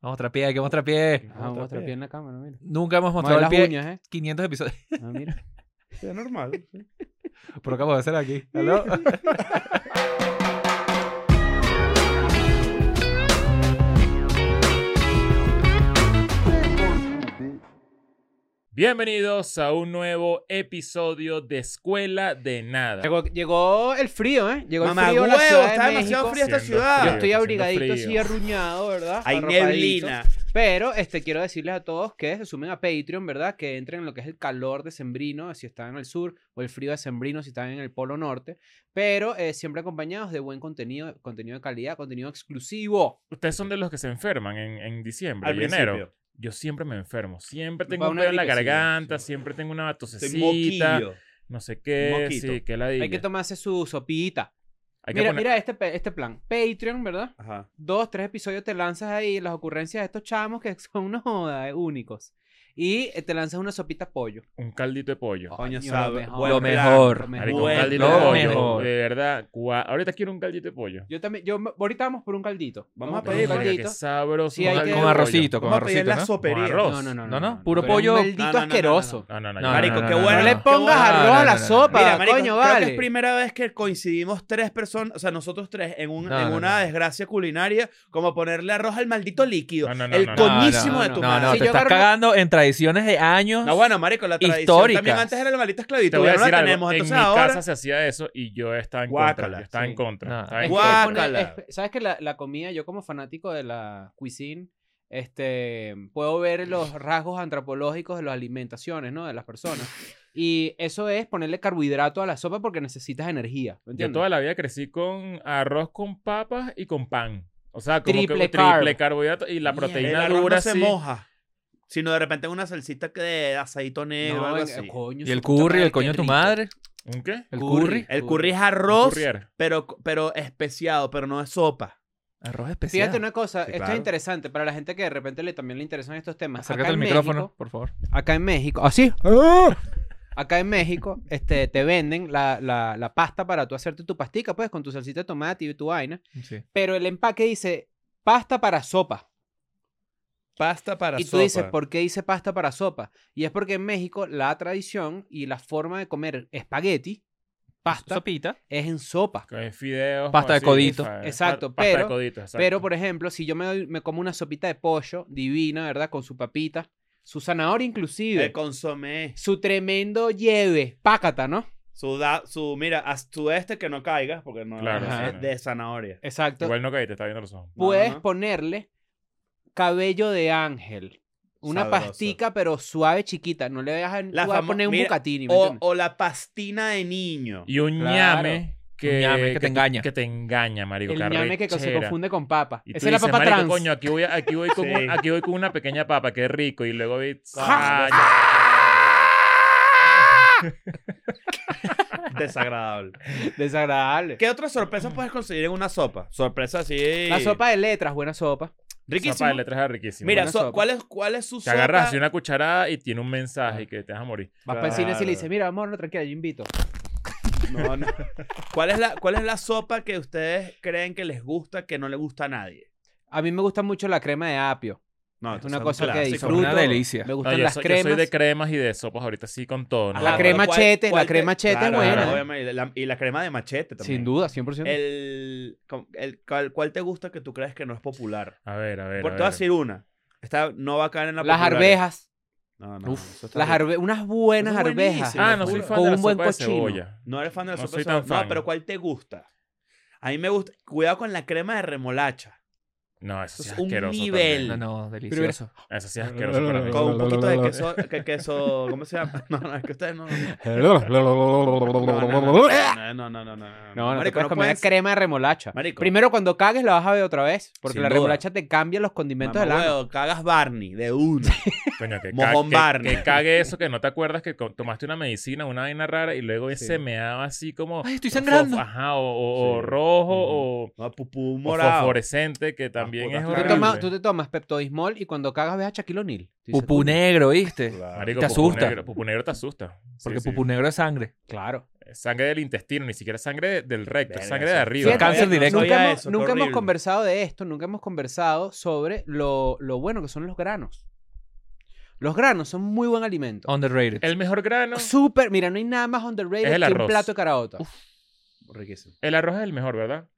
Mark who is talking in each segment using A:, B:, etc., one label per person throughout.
A: Vamos otra pie, que vamos otra pie.
B: Ah, otra, pie en la cámara, mira.
A: Nunca hemos
B: Mueve
A: mostrado el
B: las
A: pie.
B: uñas, ¿eh?
A: 500 episodios.
B: Ah, mira.
C: Sí, es normal. sí.
A: Pero acabo de hacer aquí. ¿Aló?
D: Bienvenidos a un nuevo episodio de Escuela de Nada.
B: Llegó, llegó el frío, ¿eh? Llegó el
C: Mamá
B: frío. en la
C: huevo,
B: Ciudad de
C: está demasiado
B: México.
C: fría esta
D: Haciendo
C: ciudad.
B: Yo
D: frío,
B: estoy
D: haciendo
B: abrigadito,
D: frío.
B: así arruñado, ¿verdad?
C: Hay
B: Arropadito.
C: neblina.
B: Pero este, quiero decirles a todos que se sumen a Patreon, ¿verdad? Que entren en lo que es el calor de Sembrino, si están en el sur, o el frío de Sembrino, si están en el polo norte. Pero eh, siempre acompañados de buen contenido, contenido de calidad, contenido exclusivo.
D: Ustedes son de los que se enferman en, en diciembre
C: Al
D: y enero.
C: principio.
D: Yo siempre me enfermo. Siempre
B: Va
D: tengo un
B: una
D: pelo en la
B: gripecilla,
D: garganta, siempre tengo una
C: Estoy
D: tosecita,
C: moquillo.
D: no sé qué,
C: Moquito.
D: sí, que la
B: Hay que tomarse su sopita.
D: Hay que
B: mira,
D: poner-
B: mira este, pe- este plan. Patreon, ¿verdad?
C: Ajá.
B: dos, tres episodios te lanzas ahí las ocurrencias de estos chamos que son unos joda, eh, únicos. Y eh, te lanzas una sopita pollo.
D: un caldito de pollo.
C: Coño,
B: Coño,
C: sabe.
B: lo
C: buen
A: Lo
C: plan.
A: mejor.
B: Lo Ah, mejor.
D: Marico, un
C: Bueno,
D: caldito de
C: lo
D: pollo.
A: mejor.
D: De verdad, cua- ahorita quiero un caldito de pollo.
B: Yo también, yo, ahorita vamos por un caldito.
C: Vamos a
B: por un
C: pedir,
D: Mira,
C: porque
D: qué sabroso.
B: Sí,
D: un
B: hay
D: caldito
B: que-
D: de
A: Con
D: pollo.
A: arrocito, con
C: Vamos a pedir
A: arrocito,
C: la
A: ¿no?
C: sopería.
D: Con arroz.
B: No, no, no.
A: No, no,
B: tú
A: puro
B: eres un
A: pollo.
B: Maldito
C: No, no, no, no, no.
B: asqueroso.
D: No, no, no. yo-
C: Marico,
A: no,
C: qué
A: no,
C: bueno.
B: No le
C: qué
B: pongas
C: bueno.
B: arroz
A: No, no,
B: a la
A: no, no.
B: sopa,
C: Mira, marico,
B: coño,
C: creo que
B: vale.
C: es primera vez que coincidimos tres personas, o sea, nosotros tres, en, un-
A: No,
C: en
A: no,
C: una
A: no.
C: desgracia culinaria, como ponerle arroz al maldito líquido.
D: No, no, no,
C: el
D: no, no.
C: coñísimo
B: No,
C: de
B: no,
C: tu
A: No,
C: madre.
A: no,
B: Si
A: te
B: yo
A: estás
B: agarro-
A: cagando en tradiciones de años.
C: No, bueno, marico, la tradición
A: Históricas.
C: también antes era la maldita esclavitud,
D: Te voy a
C: ya no
D: decir
C: la
D: algo.
C: tenemos,
D: en mi
C: entonces ahora...
D: casa se hacía eso y yo estaba en
C: Guácala,
D: contra. Yo estaba
B: sí.
D: en contra.
A: No.
D: estaba en
B: Es que
D: contra.
B: pone-
C: Guácala.
B: es- Sabes que la, la comida, yo como fanático de la cuisine, este, puedo ver los rasgos antropológicos de las alimentaciones, ¿no? De las personas. Y eso es ponerle carbohidrato a la sopa porque necesitas energía. ¿me
D: Yo
B: entiendes?
D: toda la vida crecí con arroz con papas y con pan. O sea, como
B: Triple
D: que
B: carb.
D: triple carbohidrato y la
B: Mierda,
C: El
D: proteína
C: arroz
D: dura
C: no se
D: sí.
C: moja, sino de repente una salsita que de aceito negro
B: No,
C: algo
B: el-
C: así.
B: eh, coño,
A: Y el
B: su puta
A: curry,
B: madre,
A: el coño
B: qué
A: de tu
B: rico.
A: madre.
D: ¿Un qué?
A: El curry.
C: El curry es
D: Un
C: arroz,
D: currier.
C: pero, pero especiado, pero no es sopa.
A: Arroz especial.
B: Fíjate una cosa,
C: Sí,
B: esto es
C: claro.
B: interesante para la gente que de repente le, también le interesan estos temas. Acá
A: Acércate al
B: en
A: micrófono,
B: México-
A: por favor.
B: acá en México, así. Acá en México, este, te venden la, la, la pasta para tú hacerte tu pastica, pues, con tu salsita de tomate y tu vaina.
A: Sí.
B: pero el empaque dice pasta para sopa.
C: Pasta para
B: y tú dices, ¿por qué dice pasta para sopa? Y es porque en México la tradición y la forma de comer espagueti, pasta,
A: Sopita.
B: es en sopa.
D: Con fideos.
A: Pasta de
D: así,
A: codito.
D: ¿sabes?
B: Exacto,
D: Pa- Pasta
B: pero-
D: de codito, exacto.
B: Pero, por ejemplo, si yo me, doy- me como una sopita de pollo divina, ¿verdad? Con su papita, su zanahoria inclusive,
C: El consomé.
B: su tremendo lleve, pácata, ¿no?
C: Su, da- su, mira, haz tú este que no caigas, porque no
D: Claro,
B: Ajá.
C: es de zanahoria.
B: Exacto.
D: Igual no caí, te está viendo los ojos.
C: No,
B: Pues Puedes
C: no, no.
B: ponerle cabello de ángel. Una
C: Sabroso.
B: pastica, pero suave, chiquita. No le dejas
C: La
B: a
C: famo-
B: poner un
C: mira,
B: bucatini. ¿me
C: O,
B: entiendes?
C: o la pastina de niño.
D: Y un
B: Claro.
D: ñame que,
A: Un ñame que te engaña.
D: Que te engaña, marico.
B: El ñame que se
D: arrechera.
B: confunde con papa.
D: Y tú
B: Esa es la
D: dices,
B: papa
D: "Marico,
B: trans.
D: coño, aquí voy, a- aquí, voy con
C: Sí.
D: un- aquí voy con una pequeña papa, qué rico. Y luego vi...
C: Ah,
D: ¡Ah!
C: Desagradable.
B: Desagradable.
C: ¿Qué otra sorpresa puedes conseguir en una sopa? Sorpresa así.
B: La sopa de letras, buena sopa.
C: Riquísimo.
D: Sopa de letras era riquísima.
C: Mira,
B: buena
C: so-
B: sopa.
C: ¿cuál, es, ¿cuál es su
D: Te
C: sopa?
D: agarras así una cucharada y tiene un mensaje que te vas a morir.
B: Vas para el cine así y
C: Claro.
B: le dices, mira, amor, no, tranquila, yo invito.
C: No, no. ¿Cuál, es la, ¿Cuál es la sopa que ustedes creen que les gusta, que no le gusta a nadie?
B: A mí me gusta mucho la crema de apio.
C: No,
B: es
C: esto
B: una
C: un
B: cosa que
C: clásico.
B: disfruto.
A: Una delicia.
B: Me
D: No,
B: gustan
D: yo,
B: las
D: soy, yo soy
B: cremas.
D: de cremas y de sopas ahorita sí con todo. ¿no?
B: La
C: Ajá,
B: crema
C: ¿cuál-
B: chete, la
C: cuál te-
B: crema chete es
C: Claro,
B: buena.
C: claro, obviamente, y la- y la crema de machete también.
B: Sin duda, 100%.
C: El, com- el, ¿cuál, cuál te gusta que tú crees que no es popular?
D: A ver, a ver.
C: Por,
D: a
C: te voy a
D: ver.
C: decir una. Esta no va a caer en la
B: las
C: popular.
B: arvejas.
C: No, no,
A: Uf,
C: eso está
B: Las
C: bien.
B: arve- unas buenas
C: Eso es
B: arvejas.
C: buenísimo.
D: Ah, no soy
C: Con
D: fan de la
B: un buen
D: sopa de
B: cochino.
D: cebolla.
C: No eres fan de la
D: No
C: sopa
D: soy
C: de sopa.
D: tan fan.
C: No, pero ¿cuál te gusta? A mí me gusta. Cuidado con la crema de remolacha.
D: No, eso sí
C: Es
D: es
C: un
D: asqueroso.
C: nivel.
A: No,
D: también.
A: no,
B: Pero
A: delicioso.
D: Eso sí es asqueroso para mí.
C: Con un poquito de queso, que- queso. ¿Cómo se llama? No, no, es que ustedes no. no, No, no, no,
D: ¡ah!
C: no, no, no, no, no, no.
B: No, no
C: Marico,
B: te puedes comer
C: puedes-
B: crema de remolacha.
C: Marico.
B: Primero, cuando cagues, la vas a ver otra vez. Porque
C: Sin
B: la
C: duda.
B: remolacha te cambia los condimentos del
C: Mamá
B: agua.
C: huevo, cagas Barney de una.
D: Coño, que, ca-
C: Mojón
D: que-
C: Barney.
D: que cague eso, que no te acuerdas que co- tomaste una medicina, una vaina rara, y luego
B: Sí.
D: se meaba así como.
A: Ay, estoy
D: o fof-
A: sangrando.
D: Ajá, o, o- o
C: Sí.
D: rojo, o-
C: No, pupú
D: o,
C: morado.
D: fosforescente, que también
C: puta, tú te
D: es
B: Tú,
D: horrible.
B: tomas, tú te tomas Pepto-Bismol y cuando cagas ves a Shaquille O'Neal. Tú dices,
A: Pupú
B: "Coño".
A: negro, ¿viste?
C: Claro.
D: Marico,
A: te
D: pupú
A: asusta.
D: negro- Pupú negro te asusta. Sí,
A: Porque
D: sí.
A: pupú negro es sangre.
B: Claro.
D: Eh, Sangre del intestino, ni siquiera sangre de- del recto,
C: Verga,
D: es sangre de
C: eso-
D: arriba.
B: Fíjate,
A: Cáncer directo.
C: sabía
B: Nunca, hemos,
C: eso, qué
B: nunca hemos
C: horrible.
B: conversado de esto, nunca hemos conversado sobre lo, lo bueno que son los granos. Los granos son muy buen alimento.
A: Underrated.
D: El mejor grano,
B: Súper, mira, no hay nada más underrated
D: Oh. Es el
B: que un
D: arroz.
B: plato de caraota.
C: Riquísimo.
D: el arroz es el mejor, ¿verdad?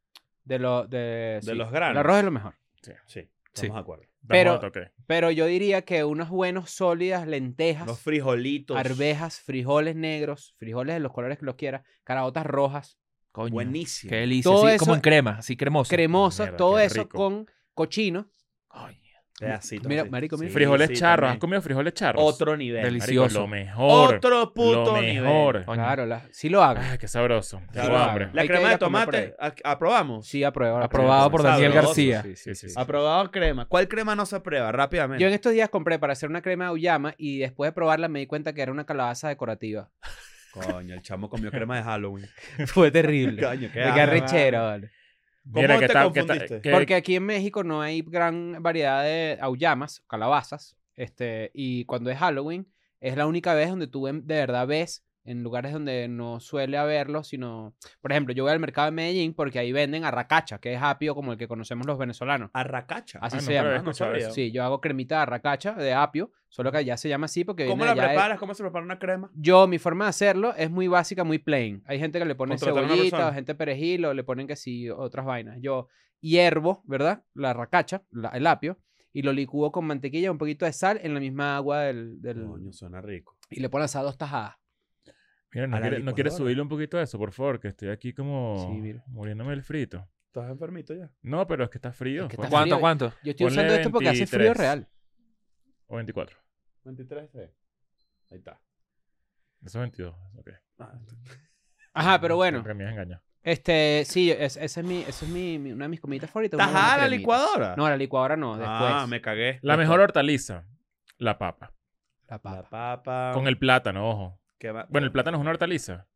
B: De, lo, de, sí,
C: De los
B: el
C: granos.
B: arroz es lo mejor.
C: Sí, estamos
A: Sí.
C: de acuerdo.
B: Pero-
D: Pero,
B: Pero yo diría que unos buenos, sólidas lentejas,
C: Los frijolitos.
B: arvejas, frijoles negros, frijoles de los colores que los quieras, caraotas rojas,
A: Coño.
C: Buenísimo.
A: Qué delicia.
B: Todo
A: así
B: eso-
A: como en crema, así cremoso.
B: cremosas,
D: mierda,
B: todo
D: qué
B: eso
D: rico.
B: con cochino.
A: Coño.
C: Pedacitos
B: Mira,
C: así.
B: marico, mira.
D: frijoles
C: sí,
D: charros.
C: también.
D: ¿Has comido frijoles charros?
C: Otro nivel.
A: Delici-
C: marico.
D: Marico,
A: delicioso.
D: Lo mejor.
C: Otro puto
D: lo mejor.
C: nivel.
A: Coño.
B: Claro, la- sí lo hago.
D: Ah, qué sabroso. Tengo
C: Claro.
D: hambre.
C: La
B: Hay que
C: crema
B: ir
C: de
B: a comer por
C: tomate, a- aprobamos.
B: Sí, aprobado. la
A: Aprobado
B: crema.
A: por
C: Sabroso,
A: Daniel García.
B: Sí, sí, sí, sí.
C: Aprobado crema. ¿Cuál crema no se aprueba? Rápidamente.
B: Yo en estos días compré para hacer una crema de auyama y después de probarla me di cuenta que era una calabaza decorativa.
C: Coño, el chamo comió crema de Halloween.
B: Fue terrible.
C: Coño, qué
B: Qué
C: asco.
B: arrechera, vale.
C: ¿Cómo
D: Mira,
C: te
D: que tal, que tal-
C: confundiste?
D: que-
B: Porque aquí en México no hay gran variedad de auyamas, calabazas, este, y cuando es Halloween es la única vez donde tú en- de verdad ves en lugares donde no suele haberlo, sino, por ejemplo, yo voy al mercado de Medellín porque ahí venden arracacha, que es apio como el que conocemos los venezolanos.
C: Arracacha.
B: Así
D: Ah,
B: se
D: nunca lo
B: llama.
D: había
C: Ah, no
D: escuchado
C: sabía.
D: eso.
B: Sí, yo hago cremita de arracacha de apio, solo que allá se llama así porque
C: ¿Cómo
B: viene
C: la
B: allá de-
C: preparas? ¿Cómo se prepara una crema?
B: Yo, mi forma de hacerlo es muy básica, muy plain. Hay gente que le pone
C: Contratar a una
B: cebollita,
C: persona.
B: o gente perejil, o le ponen que sí, otras vainas. Yo hiervo, ¿verdad? La racacha, la- el apio, y lo licúo con mantequilla, un poquito de sal en la misma agua del... del-
C: Coño, suena rico.
B: y le pones a dos tajadas.
D: Mira,
C: a
D: no
C: la
D: quieres no quiere
C: licuadora.
D: subirle un poquito de eso, por favor, que estoy aquí como
B: Sí, mira.
D: muriéndome el frito.
C: ¿Estás enfermito ya?
D: No, pero es que está frío.
B: Es que
D: pues.
B: está
A: ¿Cuánto,
B: frío.
A: cuánto?
B: Yo estoy
D: Ponle
B: usando esto porque hace frío
D: 23.
B: real.
D: O 24.
C: 23 de. Ahí está.
D: Eso es 22. ok.
C: Ah,
B: Ajá, pero bueno,
D: Creo que me has engañado.
B: este, sí, es- ese es mi, esa es mi, mi- una de mis comitas favoritas. una de mis
C: ¿Tajada la
B: cremitas.
C: licuadora?
B: No, la licuadora no, después.
C: Ah, me cagué.
D: La mejor hortaliza, la papa.
B: La papa.
C: La papa.
D: Con el plátano, ojo.
C: ¿Qué va-
D: Bueno, el plátano es una hortaliza.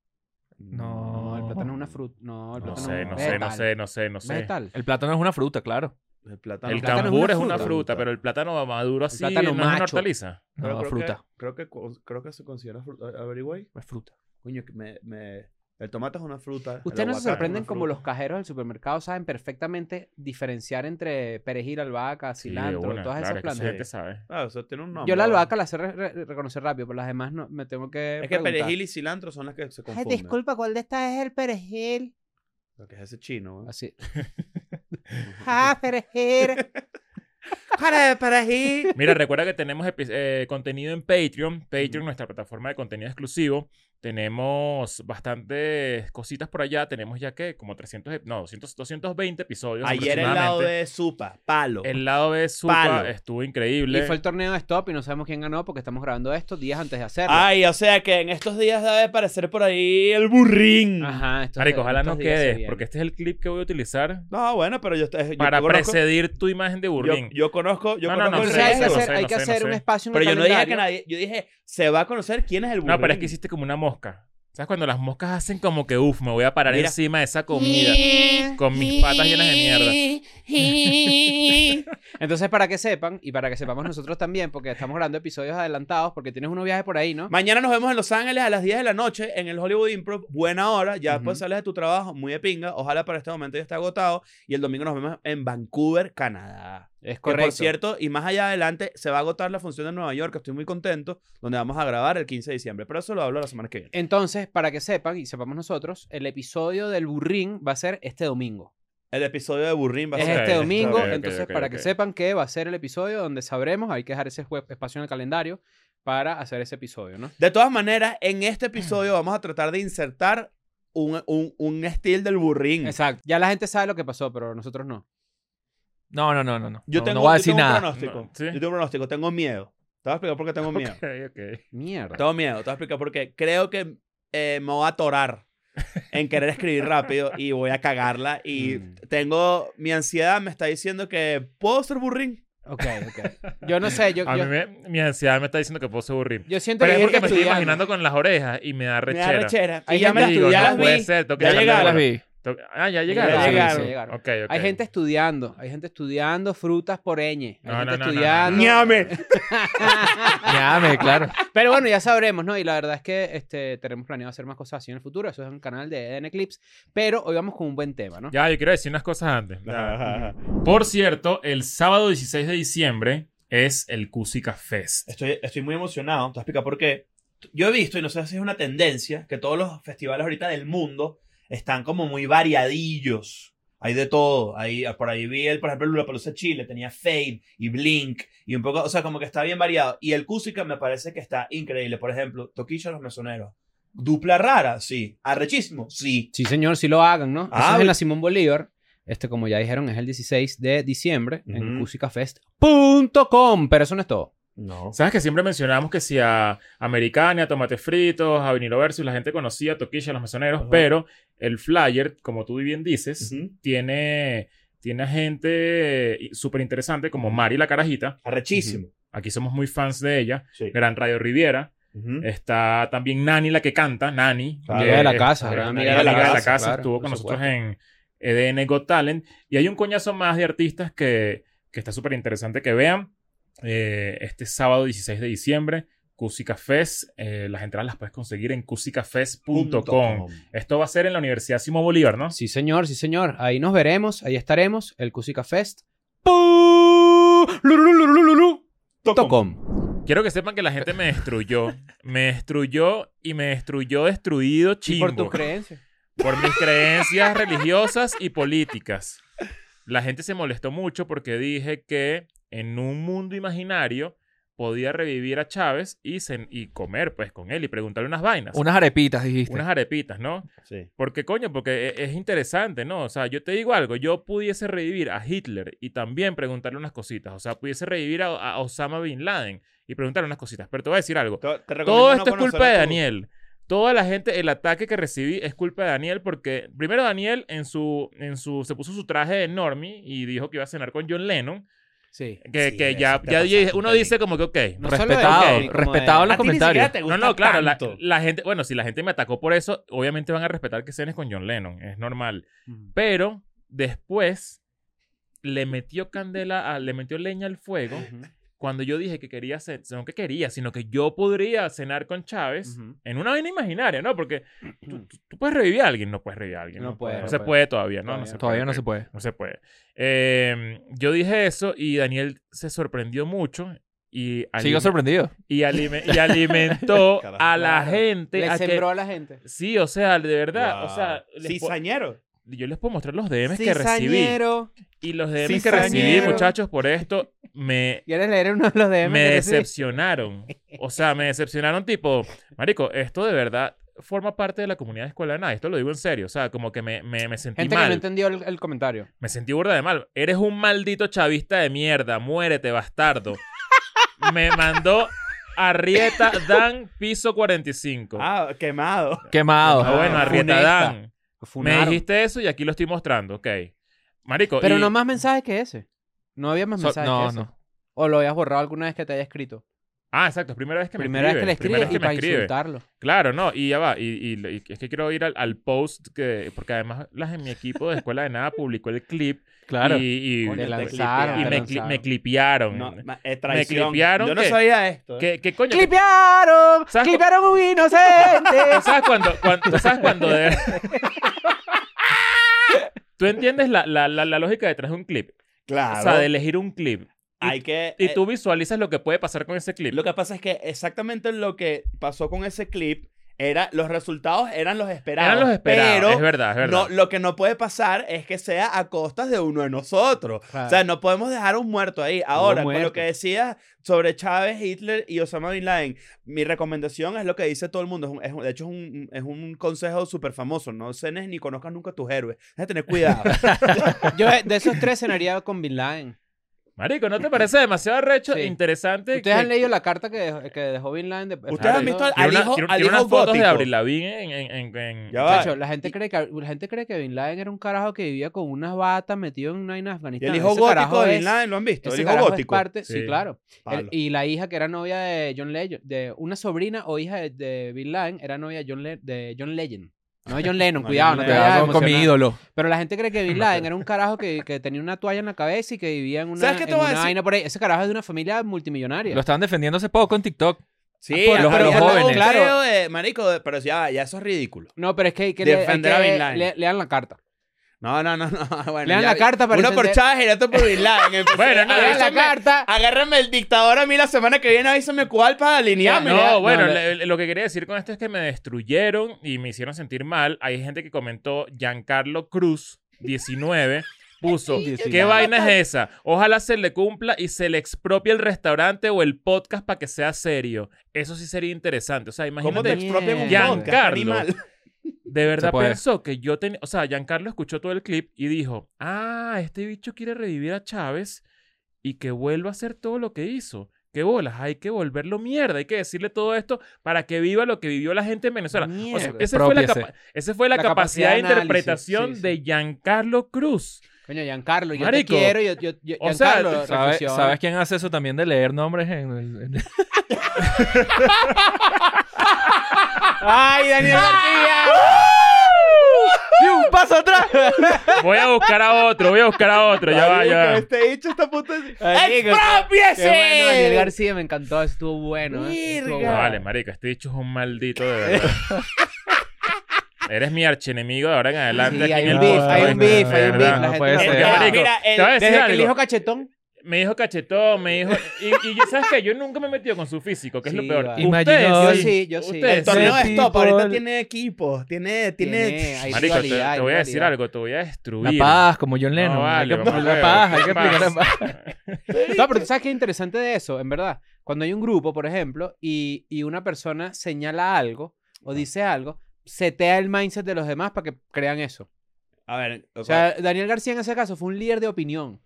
B: No, el
A: No.
B: plátano es una fruta. No, el
D: No
B: plátano
D: sé,
B: es un
D: no sé, no
B: vegetal.
D: sé, no sé, no sé.
B: Vegetal.
A: El plátano es una fruta, claro.
C: El plátano.
D: El
B: plátano es una
D: cambur es una
B: fruta.
D: fruta, pero el plátano maduro así no es
B: plátano
D: una
B: macho.
D: hortaliza.
C: Pero
A: No,
C: creo
A: fruta.
C: Que, creo, que, con- creo que se considera fruta. Averigüey.
A: Es fruta.
C: Coño, que me, me- el tomate es una fruta.
B: Ustedes no se sorprenden como los
C: cajeros.
B: cajeros del supermercado saben perfectamente diferenciar entre perejil, albahaca,
D: Sí,
B: cilantro,
D: de una,
B: todas
D: claro,
B: esas
D: es que esa
B: plantas.
D: gente sabe.
C: Ah, eso tiene un nombre.
B: Yo la
C: ¿verdad?
B: albahaca la sé re- re- reconocer rápido, pero las demás no, me tengo que
C: Es que
B: preguntar.
C: perejil y cilantro son las que se
B: Ay,
C: confunden.
B: disculpa, ¿cuál de estas es el perejil?
C: Lo que es ese chino. ¿eh?
B: Así. ¡Ah, perejil!
C: Cara de perejil.
D: Mira, recuerda que tenemos epi- eh, contenido en Patreon. Patreon, nuestra plataforma de contenido exclusivo. Tenemos bastantes cositas por allá. Tenemos ya que como 300, ep- no, 200, 220 episodios.
C: Ayer el lado
D: aproximadamente.
C: de Supa, palo.
D: El lado de Supa
C: Palo.
D: estuvo
B: y
D: increíble.
B: fue el torneo de stop y no sabemos quién ganó porque estamos grabando esto días antes de hacerlo.
D: Ah,
C: Ay, o sea que en estos días debe aparecer por ahí el burrín.
B: Ajá, estos-
D: Marico, ojalá
B: estos
D: no
B: días se
D: quedes,
B: vienen.
D: porque este es el clip que voy a utilizar
C: No, bueno, pero yo, eh, yo
D: para
C: conozco,
D: precedir tu imagen de
C: yo,
D: Burlín.
C: yo conozco, yo
D: No, no,
C: conozco
D: no,
C: el
B: Entonces hay que
D: sé, no
C: regalo.
B: hacer,
D: sé,
B: hay
D: no
B: que
D: sé, no
B: hacer un
D: sé.
B: espacio en el
C: Pero yo no dije que
B: calendario.
C: nadie, yo dije, se va a conocer quién es el burrín.
D: No, pero es que hiciste como una mosca. ¿Sabes cuando las moscas hacen como que, uff, me voy a parar
C: Mira.
D: encima de esa comida con mis patas llenas de mierda?
B: Entonces, para que sepan, y para que sepamos nosotros también, porque estamos grabando episodios adelantados, porque tienes unos viajes por ahí, ¿no?
C: Mañana nos vemos en Los Ángeles a las 10 de la noche en el Hollywood Improv. Buena hora. Ya después
B: Ujú.
C: sales de tu trabajo muy de pinga. Ojalá para este momento ya esté agotado. Y el domingo nos vemos en Vancouver, Canadá.
B: Es
C: Que,
B: correcto.
C: por cierto, y más allá adelante, se va a agotar la función de Nueva York. que Estoy muy contento. Donde vamos a grabar el 15 de diciembre. Pero eso lo hablo la semana que viene.
B: Entonces, para que sepan y sepamos nosotros, el episodio del burrín va a ser este domingo.
C: El episodio de Burrín va a
B: es
C: ser.
B: este
D: ok,
B: domingo,
D: ok, ok,
B: entonces
D: ok,
B: para
D: ok.
B: que sepan que va a ser el episodio donde sabremos, hay que dejar ese jue- espacio en el calendario para hacer ese episodio, ¿no?
C: De todas maneras, en este episodio vamos a tratar de insertar un, un, un estilo del
D: Mm.
C: Burrín.
B: Exacto. Ya la gente sabe lo que pasó, pero nosotros no.
A: No, no, no, no. no.
C: Yo
A: No-
C: tengo,
A: no voy a
C: yo
A: decir
C: tengo
A: nada.
C: un pronóstico.
D: No, sí.
C: Yo tengo un pronóstico. Tengo miedo. Te voy a explicar por qué tengo miedo.
D: Ok, ok.
B: Mierda.
C: Tengo miedo, te voy a explicar por qué. Creo que eh, me voy a atorar en querer escribir rápido y voy a cagarla. Y
B: Mm.
C: tengo. Mi ansiedad me está diciendo que puedo ser burrín.
B: Ok, ok. Yo no sé, yo,
D: A mí
B: yo,
D: me, mi ansiedad me está diciendo que puedo ser Burlín.
B: yo siento
D: Pero
B: que
D: es
B: hay
D: porque
B: que
D: me estoy
B: estudiar, ¿no?
D: imaginando con las orejas y me da
C: Me
D: rechera.
C: da rechera. Y
B: Hay
C: ya me
B: gente
D: Y
C: las,
B: que
D: digo,
C: ya
D: no
C: las
D: puede
C: vi.
D: ser, tengo que
C: Ya
D: sacarle
C: llegaron.
D: bola.
A: vi.
D: To- Ah,
B: Ya
D: ya llegaron.
B: llegaron,
D: Sí, sí.
B: ya llegaron.
D: Ok, ok.
B: Hay gente estudiando, hay gente estudiando frutas por ñ. Hay gente
D: No, no, no, no, no.
B: estudiando.
C: ¡Ñame!
A: Ñame, claro.
B: Pero bueno, ya sabremos, ¿no? Y la verdad es que este, tenemos planeado hacer más cosas así en el futuro. Eso es un canal de EDN Clips. Pero hoy vamos con un buen tema, ¿no?
D: Ya, yo quiero decir unas cosas antes.
C: Ajá, ajá.
D: Por cierto, el sábado 16 de diciembre es el Cusica Fest.
C: Estoy, estoy muy emocionado. Te voy a explicar por qué. Yo he visto, y no sé si es una tendencia, que todos los festivales ahorita del mundo están como muy variadillos. Hay de todo. Hay, por ahí vi, el, por ejemplo, Lula Palusa Chile, tenía Fade y Blink y un poco, o sea, como que está bien variado. Y el Cusica me parece que está increíble. Por ejemplo, Toquillo Los Mesoneros. Dupla rara, sí. Arrechismo, sí.
B: Sí, señor, sí lo hagan, ¿no?
C: Ah,
B: Eso es en
C: vi-
B: la Simón Bolívar. Este, como ya dijeron, es el 16 de diciembre en
C: Ujú.
B: cusicafest.com. Pero eso no es todo.
C: No.
D: ¿Sabes que siempre mencionamos que si a Americania, a Tomates Fritos, a Vinilo Versus, la gente conocía a Toquilla, a los mesoneros,
C: Ajá.
D: pero el flyer, como tú bien dices, tiene, tiene a gente súper interesante como Mari la Carajita.
C: Arrechísimo.
D: Aquí somos muy fans de ella.
C: Sí.
D: Gran Radio Riviera.
C: Ujú.
D: eh, Está también Nani la que canta, Nani.
C: Claro.
D: que
B: Amiga de la
D: es-
B: casa,
D: es
B: gran
D: amiga de la casa,
B: claro,
D: estuvo
B: por
D: con nosotros
B: supuesto.
D: en EDN Got Talent. Y hay un coñazo más de artistas que, que está súper interesante que vean. Eh, este sábado 16 de diciembre, Cusica Fest. eh, las entradas las puedes conseguir en
C: Punto
D: cusicafest.com.
C: com.
D: Esto va a ser en la Universidad Simón Bolívar, ¿no?
B: Sí, señor, sí, señor. Ahí nos veremos, ahí estaremos. El cusicafest.com.
D: Quiero que sepan que la gente me destruyó. me destruyó y me destruyó destruido
B: Y
D: chimbo.
B: por tus creencias.
D: por mis creencias religiosas y políticas. La gente se molestó mucho porque dije que en un mundo imaginario podía revivir a Chávez y, cen- y comer pues con él y preguntarle unas vainas.
A: Unas arepitas, dijiste.
D: Unas arepitas, ¿no?
C: Sí.
D: Porque coño, porque e- es interesante, ¿no? O sea, yo te digo algo, yo pudiese revivir a Hitler y también preguntarle unas cositas. O sea, pudiese revivir a, a Osama Bin Laden y preguntarle unas cositas. Pero te voy a decir algo.
C: Te- te recomiendo
D: Todo
C: no
D: esto es
C: conocer
D: culpa de
C: a tu-
D: Daniel. Toda la gente, el ataque que recibí es culpa de Daniel porque primero Daniel en su, en su, se puso su traje de normie y dijo que iba a cenar con John Lennon.
B: Sí.
D: Que,
C: Sí,
D: que
C: eso
D: ya,
C: te
D: ya
C: pasaste
D: di-
C: un
D: uno
C: pelín.
D: dice como que, ok.
B: No solo de
A: respetado,
B: Bobby, como de-
A: respetado en los
C: A ti ni siquiera
A: comentarios.
C: te
D: No,
C: gusta
D: no, claro, la,
C: tanto.
D: la gente, bueno, si la gente me atacó por eso, obviamente van a respetar que cenes con John Lennon, es normal. Pero después le metió candela, a- le metió leña al fuego
B: Ujú,
D: cuando yo dije que quería, ce- no que quería, sino que yo podría cenar con Chávez.
B: ujú.
D: En una vaina imaginaria, ¿no? Porque tú, tú- tú puedes revivir a alguien, no puedes revivir a alguien.
B: No puede,
D: No
B: no
D: se
B: puede.
D: puede todavía, ¿no?
B: Todavía
D: no se
B: no.
A: Todavía no
D: puede,
A: se puede.
D: No se puede. Eh, yo dije eso y Daniel se sorprendió mucho y,
A: Sigo
D: alime-
A: sorprendido.
D: y, alime- y alimentó
C: Carajo.
D: a la
B: Claro.
D: gente.
B: Le
D: a que-
B: sembró a la gente.
D: Sí, o sea, de verdad. O sea,
C: Wow.
D: les po-
C: Cizañero.
D: yo les puedo mostrar los DMs que recibí.
B: Cizañero.
D: Y los DMs que
C: Cizañero.
D: recibí, muchachos, por esto me
B: ¿Quieres leer uno de los DM?
D: me
B: que recibí?
D: decepcionaron. O sea, me decepcionaron tipo, Marico, esto de verdad forma parte de la comunidad de escuela de nada. Esto lo digo en serio. O sea, como que me, me, me sentí
B: Gente que
D: mal.
B: no entendió el, el comentario.
D: me sentí burda de mal. Eres un maldito chavista de mierda. Muérete, bastardo. me mandó Arrieta Dan Piso 45. Ah,
C: Ah, quemado.
A: Quemado.
B: Ah,
D: bueno, Arrieta
B: funesta.
D: Dan. Me
B: Funaron.
D: dijiste eso y aquí lo estoy mostrando. Ok. Marico,
B: Pero
D: y-
B: no más mensajes que ese. No había más
A: So-
B: mensajes que
A: no,
B: ese.
A: no.
B: O lo habías borrado alguna vez que te haya escrito.
D: Ah, exacto. Es primera vez que me
B: Primera vez que le
D: escribe. Primera
B: escribes y
D: vez
B: para
D: que me escribe.
B: insultarlo.
D: Claro, no, y ya va. Y, y- y es que quiero ir al, al post, que, porque además las en mi equipo de escuela de nada publicó el clip
A: Claro.
D: y, y-
C: Coño,
B: Te
C: te
B: lanzaron.
D: y
B: te
D: me, cli-
B: lanzaron.
D: me clipearon.
C: No, ma- eh, traición.
D: clipearon
C: Yo no
D: que-
C: sabía esto. ¿eh?
D: ¿Qué, qué coño?
B: ¡Clipearon!
D: ¿Sabes
B: ¡Clipearon un
D: ¿Tú
B: inocente!
D: sabes cuando, cuan- tú sabes cuando de- Tú entiendes la, la, la, la lógica detrás de un clip.
C: Claro.
D: O sea, de elegir un clip.
C: Hay que.
D: Y
C: eh,
D: tú visualizas lo que puede pasar con ese clip.
C: lo que pasa es que exactamente lo que pasó con ese clip era. Los resultados eran los esperados.
D: Eran los esperados.
C: Pero
D: es verdad, es
C: No,
D: verdad.
C: lo que no puede pasar es que sea a costas de uno de nosotros. O sea, no podemos dejar un muerto ahí. Ahora, con lo
B: Ah. muerto.
C: que decías sobre Chávez, Hitler y Osama Bin Laden, mi recomendación es lo que dice todo el mundo. Es un- es un- de hecho, es un, es un consejo súper famoso. No cenes ni conozcas nunca a tus héroes. Hay que tener cuidado.
B: Yo eh, de esos tres cenaría con Bin Laden.
D: Marico, ¿no te parece demasiado recho,
B: Sí.
D: interesante?
B: ¿Ustedes
D: que-
B: han leído la carta que dejó, que dejó Bin Laden? De,
C: ¿Ustedes han visto al,
D: Tiene
C: al
D: una-
C: hijo,
D: tiene-
C: al
D: tiene
C: hijo
D: unas fotos de
C: gótico?
D: Avril Lavigne en... en, en, en-
C: Ya va.
B: Muchacho, la gente, cree que, la gente cree que Bin Laden era un carajo que vivía con unas batas metido en una vaina en
C: Y
B: Afganistán.
C: el hijo
B: Ese
C: gótico
B: carajo
C: de
B: es-
C: Bin Laden, ¿lo han visto? El
B: ese
C: hijo
B: carajo es
C: gótico.
B: parte- sí,
D: Sí.
B: claro. El-
C: Palo.
B: y la hija que era novia de John Legend, de una sobrina o hija de, de Bin Laden, era novia de John, Le- de John Legend. No John Lennon,
C: No,
B: cuidado,
C: John
B: no te
C: Lennon.
B: vayas a
C: Cuidado
A: con mi
B: emocionar.
A: ídolo.
B: Pero la gente cree que Bin Laden era un carajo que, que tenía una toalla en la cabeza y que vivía en una,
C: ¿Sabes qué te
B: en
C: voy a
B: una
C: decir?
B: vaina por ahí. Ese carajo es de una familia multimillonaria.
A: Lo estaban defendiendo hace poco en TikTok.
B: ah,
C: Sí,
A: por los-
C: pero
A: los
C: ya luego
A: jóvenes.
C: un
B: Claro.
C: peo de- marico, de- pero ya, ya eso es ridículo.
B: No, pero es que hay que, le- hay
C: Defender a
B: que
C: Bin Laden.
B: le- lean la carta.
C: No, no, no, no. Bueno,
B: Lean
C: ya-
B: la carta para
C: Uno por
B: entender.
C: Chávez y el otro por Bin Laden. Empecé-
D: Bueno, no,
B: Lean la
D: avísame-
B: carta.
C: Agárrame el dictador a mí la semana que viene, avísame cuál para alinearme.
D: No, bueno,
B: no,
D: le- lo que quería decir con esto es que me destruyeron y me hicieron sentir mal. Hay gente que comentó Giancarlo Cruz, 19, puso, ¿qué vaina es esa? Ojalá se le cumpla y se le expropie el restaurante o el podcast para que sea serio. Eso sí sería interesante. O sea,
C: ¿Cómo te
D: imagínate,
B: Mierda.
C: expropian un
D: Giancarlo.
C: podcast, animal?
D: de
A: Se
D: verdad
A: puede.
D: pensó que yo tenía... O sea, Giancarlo escuchó todo el clip y dijo, ah, este bicho quiere revivir a Chávez y que vuelva a hacer todo lo que hizo. ¿Qué bolas? Hay que volverlo mierda. Hay que decirle todo esto para que viva lo que vivió la gente en Venezuela. O sea,
B: Mierda.
D: esa fue la,
A: Expropiese.
D: capa- esa fue la,
B: La
D: capacidad
B: capacidad
D: de
B: de análisis,
D: interpretación
B: sí,
D: de
B: sí.
D: Giancarlo Cruz.
B: Coño, Giancarlo, yo
D: Marico.
B: te quiero. Yo, yo, yo-
D: O sea,
B: Giancarlo,
A: ¿Sabes,
B: reflexiona.
A: ¿Sabes quién hace eso también de leer nombres en el- en-
B: ¡Ay, Daniel García!
A: ¡Y un paso atrás!
D: Voy a buscar a otro, voy a buscar a otro. Ya va,
C: Marico,
D: ya va.
C: Este bicho está a punto de decir,
B: Marico, ¡Qué
C: ¡Expropiese!
B: bueno, Daniel García! Me encantó, estuvo bueno. ¿eh?
C: Virga.
B: Estuvo
D: No,
B: bueno.
D: vale, marica, este dicho es un maldito de verdad. Eres mi archienemigo de ahora en adelante.
B: Sí,
D: aquí
B: hay un
D: en el
B: beef,
D: podcast,
B: hay un
D: de
B: beef, hay un
D: verdad.
B: beef. La
A: No
B: gente
A: puede
B: no-
A: ser.
D: Porque,
B: Ya,
D: marico,
C: mira,
D: te
C: el-
D: voy a decir
B: Desde que
D: algo.
B: el hijo cachetón.
D: Me dijo cachetón, me dijo. Y, y ya sabes que yo nunca me he metido con su físico, que es lo
B: Sí,
D: peor.
B: vale.
A: Imagino-
B: Yo
D: Ustedes-
B: sí, yo sí.
D: ustedes-
C: El torneo
A: Ese
C: de stop, ahorita
A: people-
C: tiene equipos, tiene,
B: Tiene,
C: tiene...
B: hay-
D: Marico, te,
B: rivalidad,
D: te voy a
B: hay
D: decir
B: rivalidad.
D: algo, te voy a
A: La
D: destruir.
A: paz, como John Lennon.
D: No, vale,
A: hay que,
D: vamos a
A: la
D: ver,
A: paz, hay que
D: paz.
A: aplicar la paz.
B: No, pero tú sabes qué es interesante de eso, en verdad. Cuando hay un grupo, por ejemplo, y, y una persona señala algo o dice algo, setea el mindset de los demás para que crean eso.
C: A ver,
B: O sea, Daniel García en ese caso fue un líder de opinión.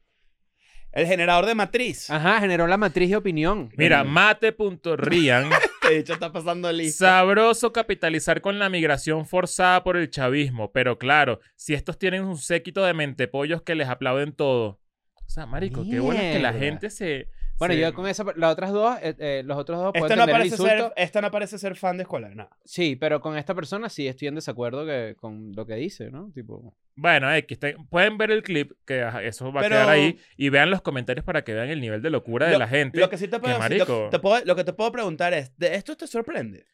C: el generador de matriz.
B: Ajá, generó la matriz de opinión.
D: Mira, mate.rian.
C: Este bicho está pasando listo.
D: Sabroso capitalizar con la migración forzada por el chavismo. Pero claro, si estos tienen un séquito de mentepollos que les aplauden todo. O sea, marico, qué bueno que la
B: Mierda.
D: gente se.
B: Bueno,
D: se-
B: yo con esa, las otras dos, eh, eh, los otros dos
C: Esta
B: pueden
C: no,
B: entender el
C: parece
B: insulto.
C: ser, esta no parece ser fan de escuela, nada.
B: Sí, pero con esta persona sí estoy en desacuerdo que, con lo que dice, ¿no? Tipo,
D: Bueno, X, te- pueden ver el clip, que ajá, eso va
C: Pero-
D: a quedar ahí, y vean los comentarios para que vean el nivel de locura de
C: Lo-
D: la gente.
C: Lo que sí te puedo,
D: Qué
C: decir- lo-
D: marico.
C: te puedo- lo que te puedo preguntar es, ¿de esto te sorprende?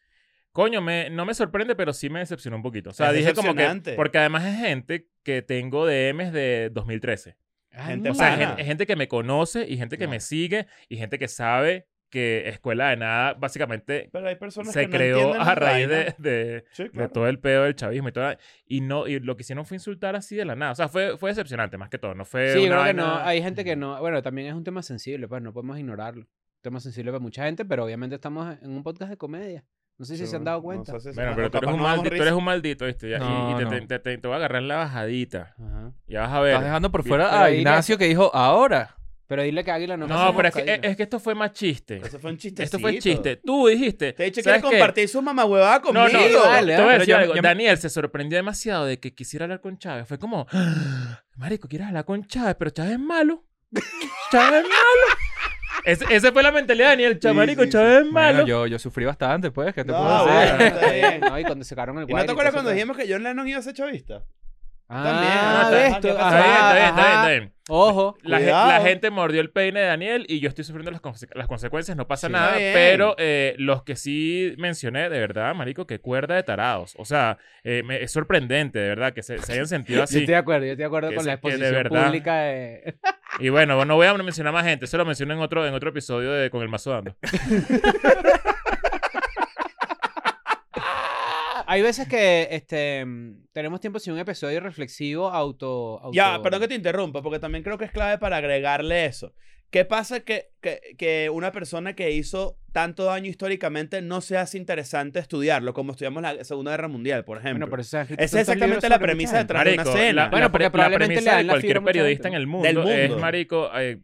D: Coño, me, no me sorprende, pero sí me decepcionó un poquito. O sea,
C: Es
D: dije como que.
C: decepcionante.
D: Porque además es gente que tengo DMs de 2013.
C: Gente
D: O sea,
C: Pana.
D: gen- gente, que me conoce y gente que me sigue y gente que sabe que Escuela de Nada básicamente
C: Pero hay personas
D: se
C: que no
D: creó
C: entienden
D: a
C: las
D: raíz de,
C: vainas.
D: de- de
C: Sí, claro.
D: todo el pedo del chavismo y toda la- y no y lo que hicieron fue insultar así de la nada. O sea, fue, fue decepcionante más que todo. No fue
B: Sí, yo
D: una
B: creo que no.
D: vaina-
B: Hay gente que no. Bueno, también es un tema sensible, pues no podemos ignorarlo. Un tema sensible para mucha gente, pero obviamente estamos en un podcast de comedia. No sé si se han dado
C: No
B: cuenta.
C: sé si se-
D: Bueno, pero tú
C: capaz
D: eres, un
C: nos damos
D: maldito, tú
C: risa.
D: eres un maldito, ¿viste? Ya, y-
A: No,
D: y te,
A: no.
D: te- te- te- te voy a agarrar la bajadita.
B: Ajá.
D: Ya vas a ver.
A: Estás dejando por
D: vi-
A: fuera
B: pero
A: a
B: dile-
A: Ah, Ignacio que dijo ahora.
B: Pero dile que Águila no me hace
D: No, pero es que,
B: moscadillo.
D: es que esto fue más chiste.
C: Eso fue un chiste.
D: Esto fue chiste. Tú dijiste.
C: Te he dicho que ¿eh?
D: ¿sabes
C: quieres
D: qué?
C: compartir su mamahuevada
D: No,
C: conmigo.
D: no,
B: Conmigo, dale,
D: te voy a
A: dale.
D: decir
A: Pero ya-
D: algo.
A: ya me-
D: Daniel se sorprendió demasiado de que quisiera hablar con Chávez. Fue como, "Ah, marico, quieres hablar con Chávez, pero Chávez es malo. Chávez es malo. Es- esa fue la mentalidad de Daniel. Chá-
C: Sí,
D: marico,
C: sí,
D: Chávez
A: Bueno,
D: es malo.
A: yo, yo sufrí bastante, pues. ¿Qué te
C: No,
A: puedo
C: bueno.
A: decir?
C: está bien.
B: No, y cuando se cagaron
C: ¿Y
B: el
C: no te
B: guaire,
C: acuerdas
B: todo
C: cuando
B: eso.
C: dijimos que John Lennon iba a ser chavista?
B: Ah,
D: también?
B: ¿ves
C: No,
B: tú?
C: está-
D: Está bien, está bien,
B: Ajá,
D: está bien, está
B: ajá.
D: bien.
B: Ojo.
D: La, gen-
C: Cuidado.
D: la gente mordió el peine de Daniel y yo estoy sufriendo las, conse- las consecuencias, no pasa
C: Sí,
D: nada,
C: está bien.
D: pero eh, los que sí mencioné, de verdad, marico, que cuerda de tarados. O sea, eh, me- es sorprendente, de verdad, que se, se hayan sentido
B: Yo
D: así.
B: estoy de acuerdo, yo estoy de acuerdo
D: Que
B: con
D: se-
B: la
D: que de
B: exposición
D: verdad-
B: pública de...
D: Y bueno, no voy a mencionar más gente, eso lo menciono en otro, en otro episodio de Con el Mazo Dando.
B: Hay veces que este, mm, tenemos tiempo sin un episodio reflexivo auto... auto...
C: Ya, perdón que te interrumpa, porque también creo que es clave para agregarle eso. ¿Qué pasa que, que, que una persona que hizo tanto daño históricamente no se hace interesante estudiarlo, como estudiamos la Segunda Guerra Mundial, por ejemplo?
B: Bueno, por eso se han escrito
C: Esa es
B: tantos libros
C: exactamente la
B: sobre mucha
C: premisa
B: gente.
C: detrás de una
D: Marico,
C: cena.
D: la,
B: Bueno,
D: la pre-
B: porque
D: la
B: probablemente
D: premisa
B: le
D: de
B: dan la fibra
D: cualquier
B: a mucha
D: periodista en
B: gente.
D: el mundo,
C: Del
D: es,
C: mundo.
D: marico, eh,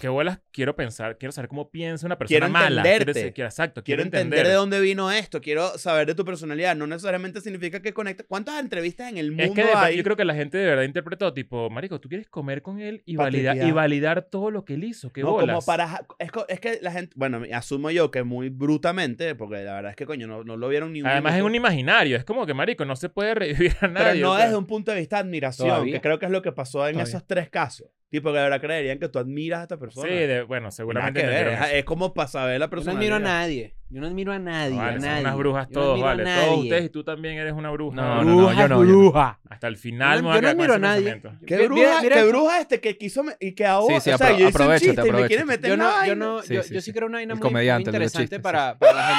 D: ¿Qué bolas? Quiero pensar, quiero saber cómo piensa una persona
C: Quiero
D: mala.
C: entenderte.
D: ser- quiero- exacto,
C: Quiero entender de dónde vino esto, quiero saber de tu personalidad. No necesariamente significa que conecta. ¿Cuántas entrevistas en el mundo
D: Es que de-
C: hay?
D: yo creo que la gente de verdad interpretó, tipo, marico, tú quieres comer con él y,
C: Pa'
D: validar, y
C: tripear.
D: validar todo lo que él hizo. ¿Qué
C: No,
D: bolas?
C: como para. ja- Es, co- es que la gente. Bueno, asumo yo que muy brutamente, porque la verdad es que, coño, no, no lo vieron ni un.
D: Además es
C: minuto.
D: un imaginario, es como que, marico, no se puede revivir a nadie.
C: Pero no
D: o sea.
C: desde un punto de vista de admiración,
B: Todavía.
C: que creo que es lo que pasó en
A: Todavía.
C: esos tres casos. Tipo, que de verdad creerían que tú admiras a esta persona.
D: Sí, de- bueno,
C: Nada
D: seguramente
C: que ver,
D: entendieron
C: es,
D: eso.
C: es como para saber la
B: Yo no
C: persona.
B: admiro a nadie. Yo no admiro a nadie.
D: No,
B: a
D: vale, son
B: nadie.
D: unas brujas
B: Yo no
D: todos,
B: admiro a
D: vale. Todos
B: nadie.
D: ustedes y tú también eres una bruja.
A: No, no,
D: No,
A: no,
B: bruja
A: yo
B: es
A: no, yo no.
B: bruja.
D: Hasta el final
B: Yo
D: me
B: no- yo no
D: voy a quedar con
B: admiro a
D: ese
B: nadie.
D: pensamiento.
C: ¿Qué
B: Mira,
C: bruja,
B: mira
C: qué
B: esto.
C: bruja este que quiso me- y que ahora
A: Sí, sí,
C: o sea,
A: apro-
C: yo hice un
A: aprovechate,
C: chiste y me
A: aprovechate.
C: quiere
D: Este
C: meter
B: Yo
C: una
B: no, yo
C: vaina.
B: no,
A: Sí,
B: yo,
A: sí,
B: yo
A: sí.
B: sí creo una vaina
A: El
B: muy, muy
A: comediante, el de los
B: interesante
A: chistes,
B: para, para la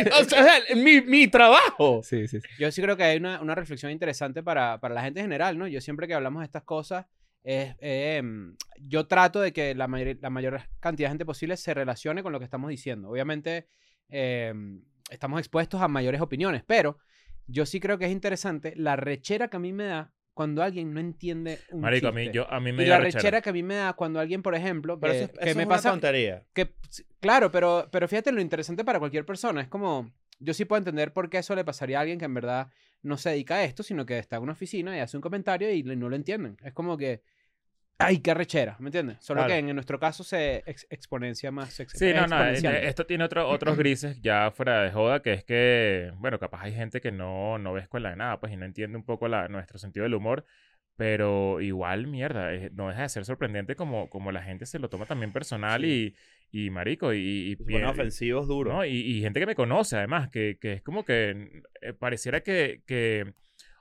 C: Eh, o sea, mi, mi trabajo.
A: Sí, sí, sí.
B: Yo sí creo que hay una, una reflexión interesante para, para la gente en general, ¿no? Yo siempre que hablamos de estas cosas, es, eh, em, yo trato de que la mayor, la mayor cantidad de gente posible se relacione con lo que estamos diciendo. Obviamente, em, estamos expuestos a mayores opiniones, pero yo sí creo que es interesante la rechera que a mí me da cuando alguien no entiende un
D: Marico, a mí,
B: chiste.
D: yo, a mí me
B: y
D: dio
B: la
D: rechera.
B: rechera. que a mí me da cuando alguien, por ejemplo,
C: Pero
B: que,
C: eso, es-
B: que
C: eh, eso
B: me
C: es una
B: pasa
C: tontería.
B: que sí, claro, pero, pero fíjate lo interesante para cualquier persona. Es como, yo sí puedo entender por qué eso le pasaría a alguien que en verdad no se dedica a esto, sino que está en una oficina y hace un comentario y le- no lo entienden. Es como que, ay, qué rechera, ¿me entiendes? Solo
C: Claro.
B: que en, en nuestro caso se ex- exponencia más. se ex-
D: Sí, no, no.
B: exponencial.
D: eh, Esto tiene otro- otros grises ya fuera de joda, que es que, bueno, capaz hay gente que no, no ve escuela de nada, pues, y no entiende un poco la, nuestro sentido del humor. Pero igual, mierda, eh, no deja de ser sorprendente como, como la gente se lo toma también personal y, y marico, y, y,
C: Se ponen
D: pie-
C: ofensivos duros.
D: ¿no? Y, y gente que me conoce, además, que, que es como que eh, pareciera que, que-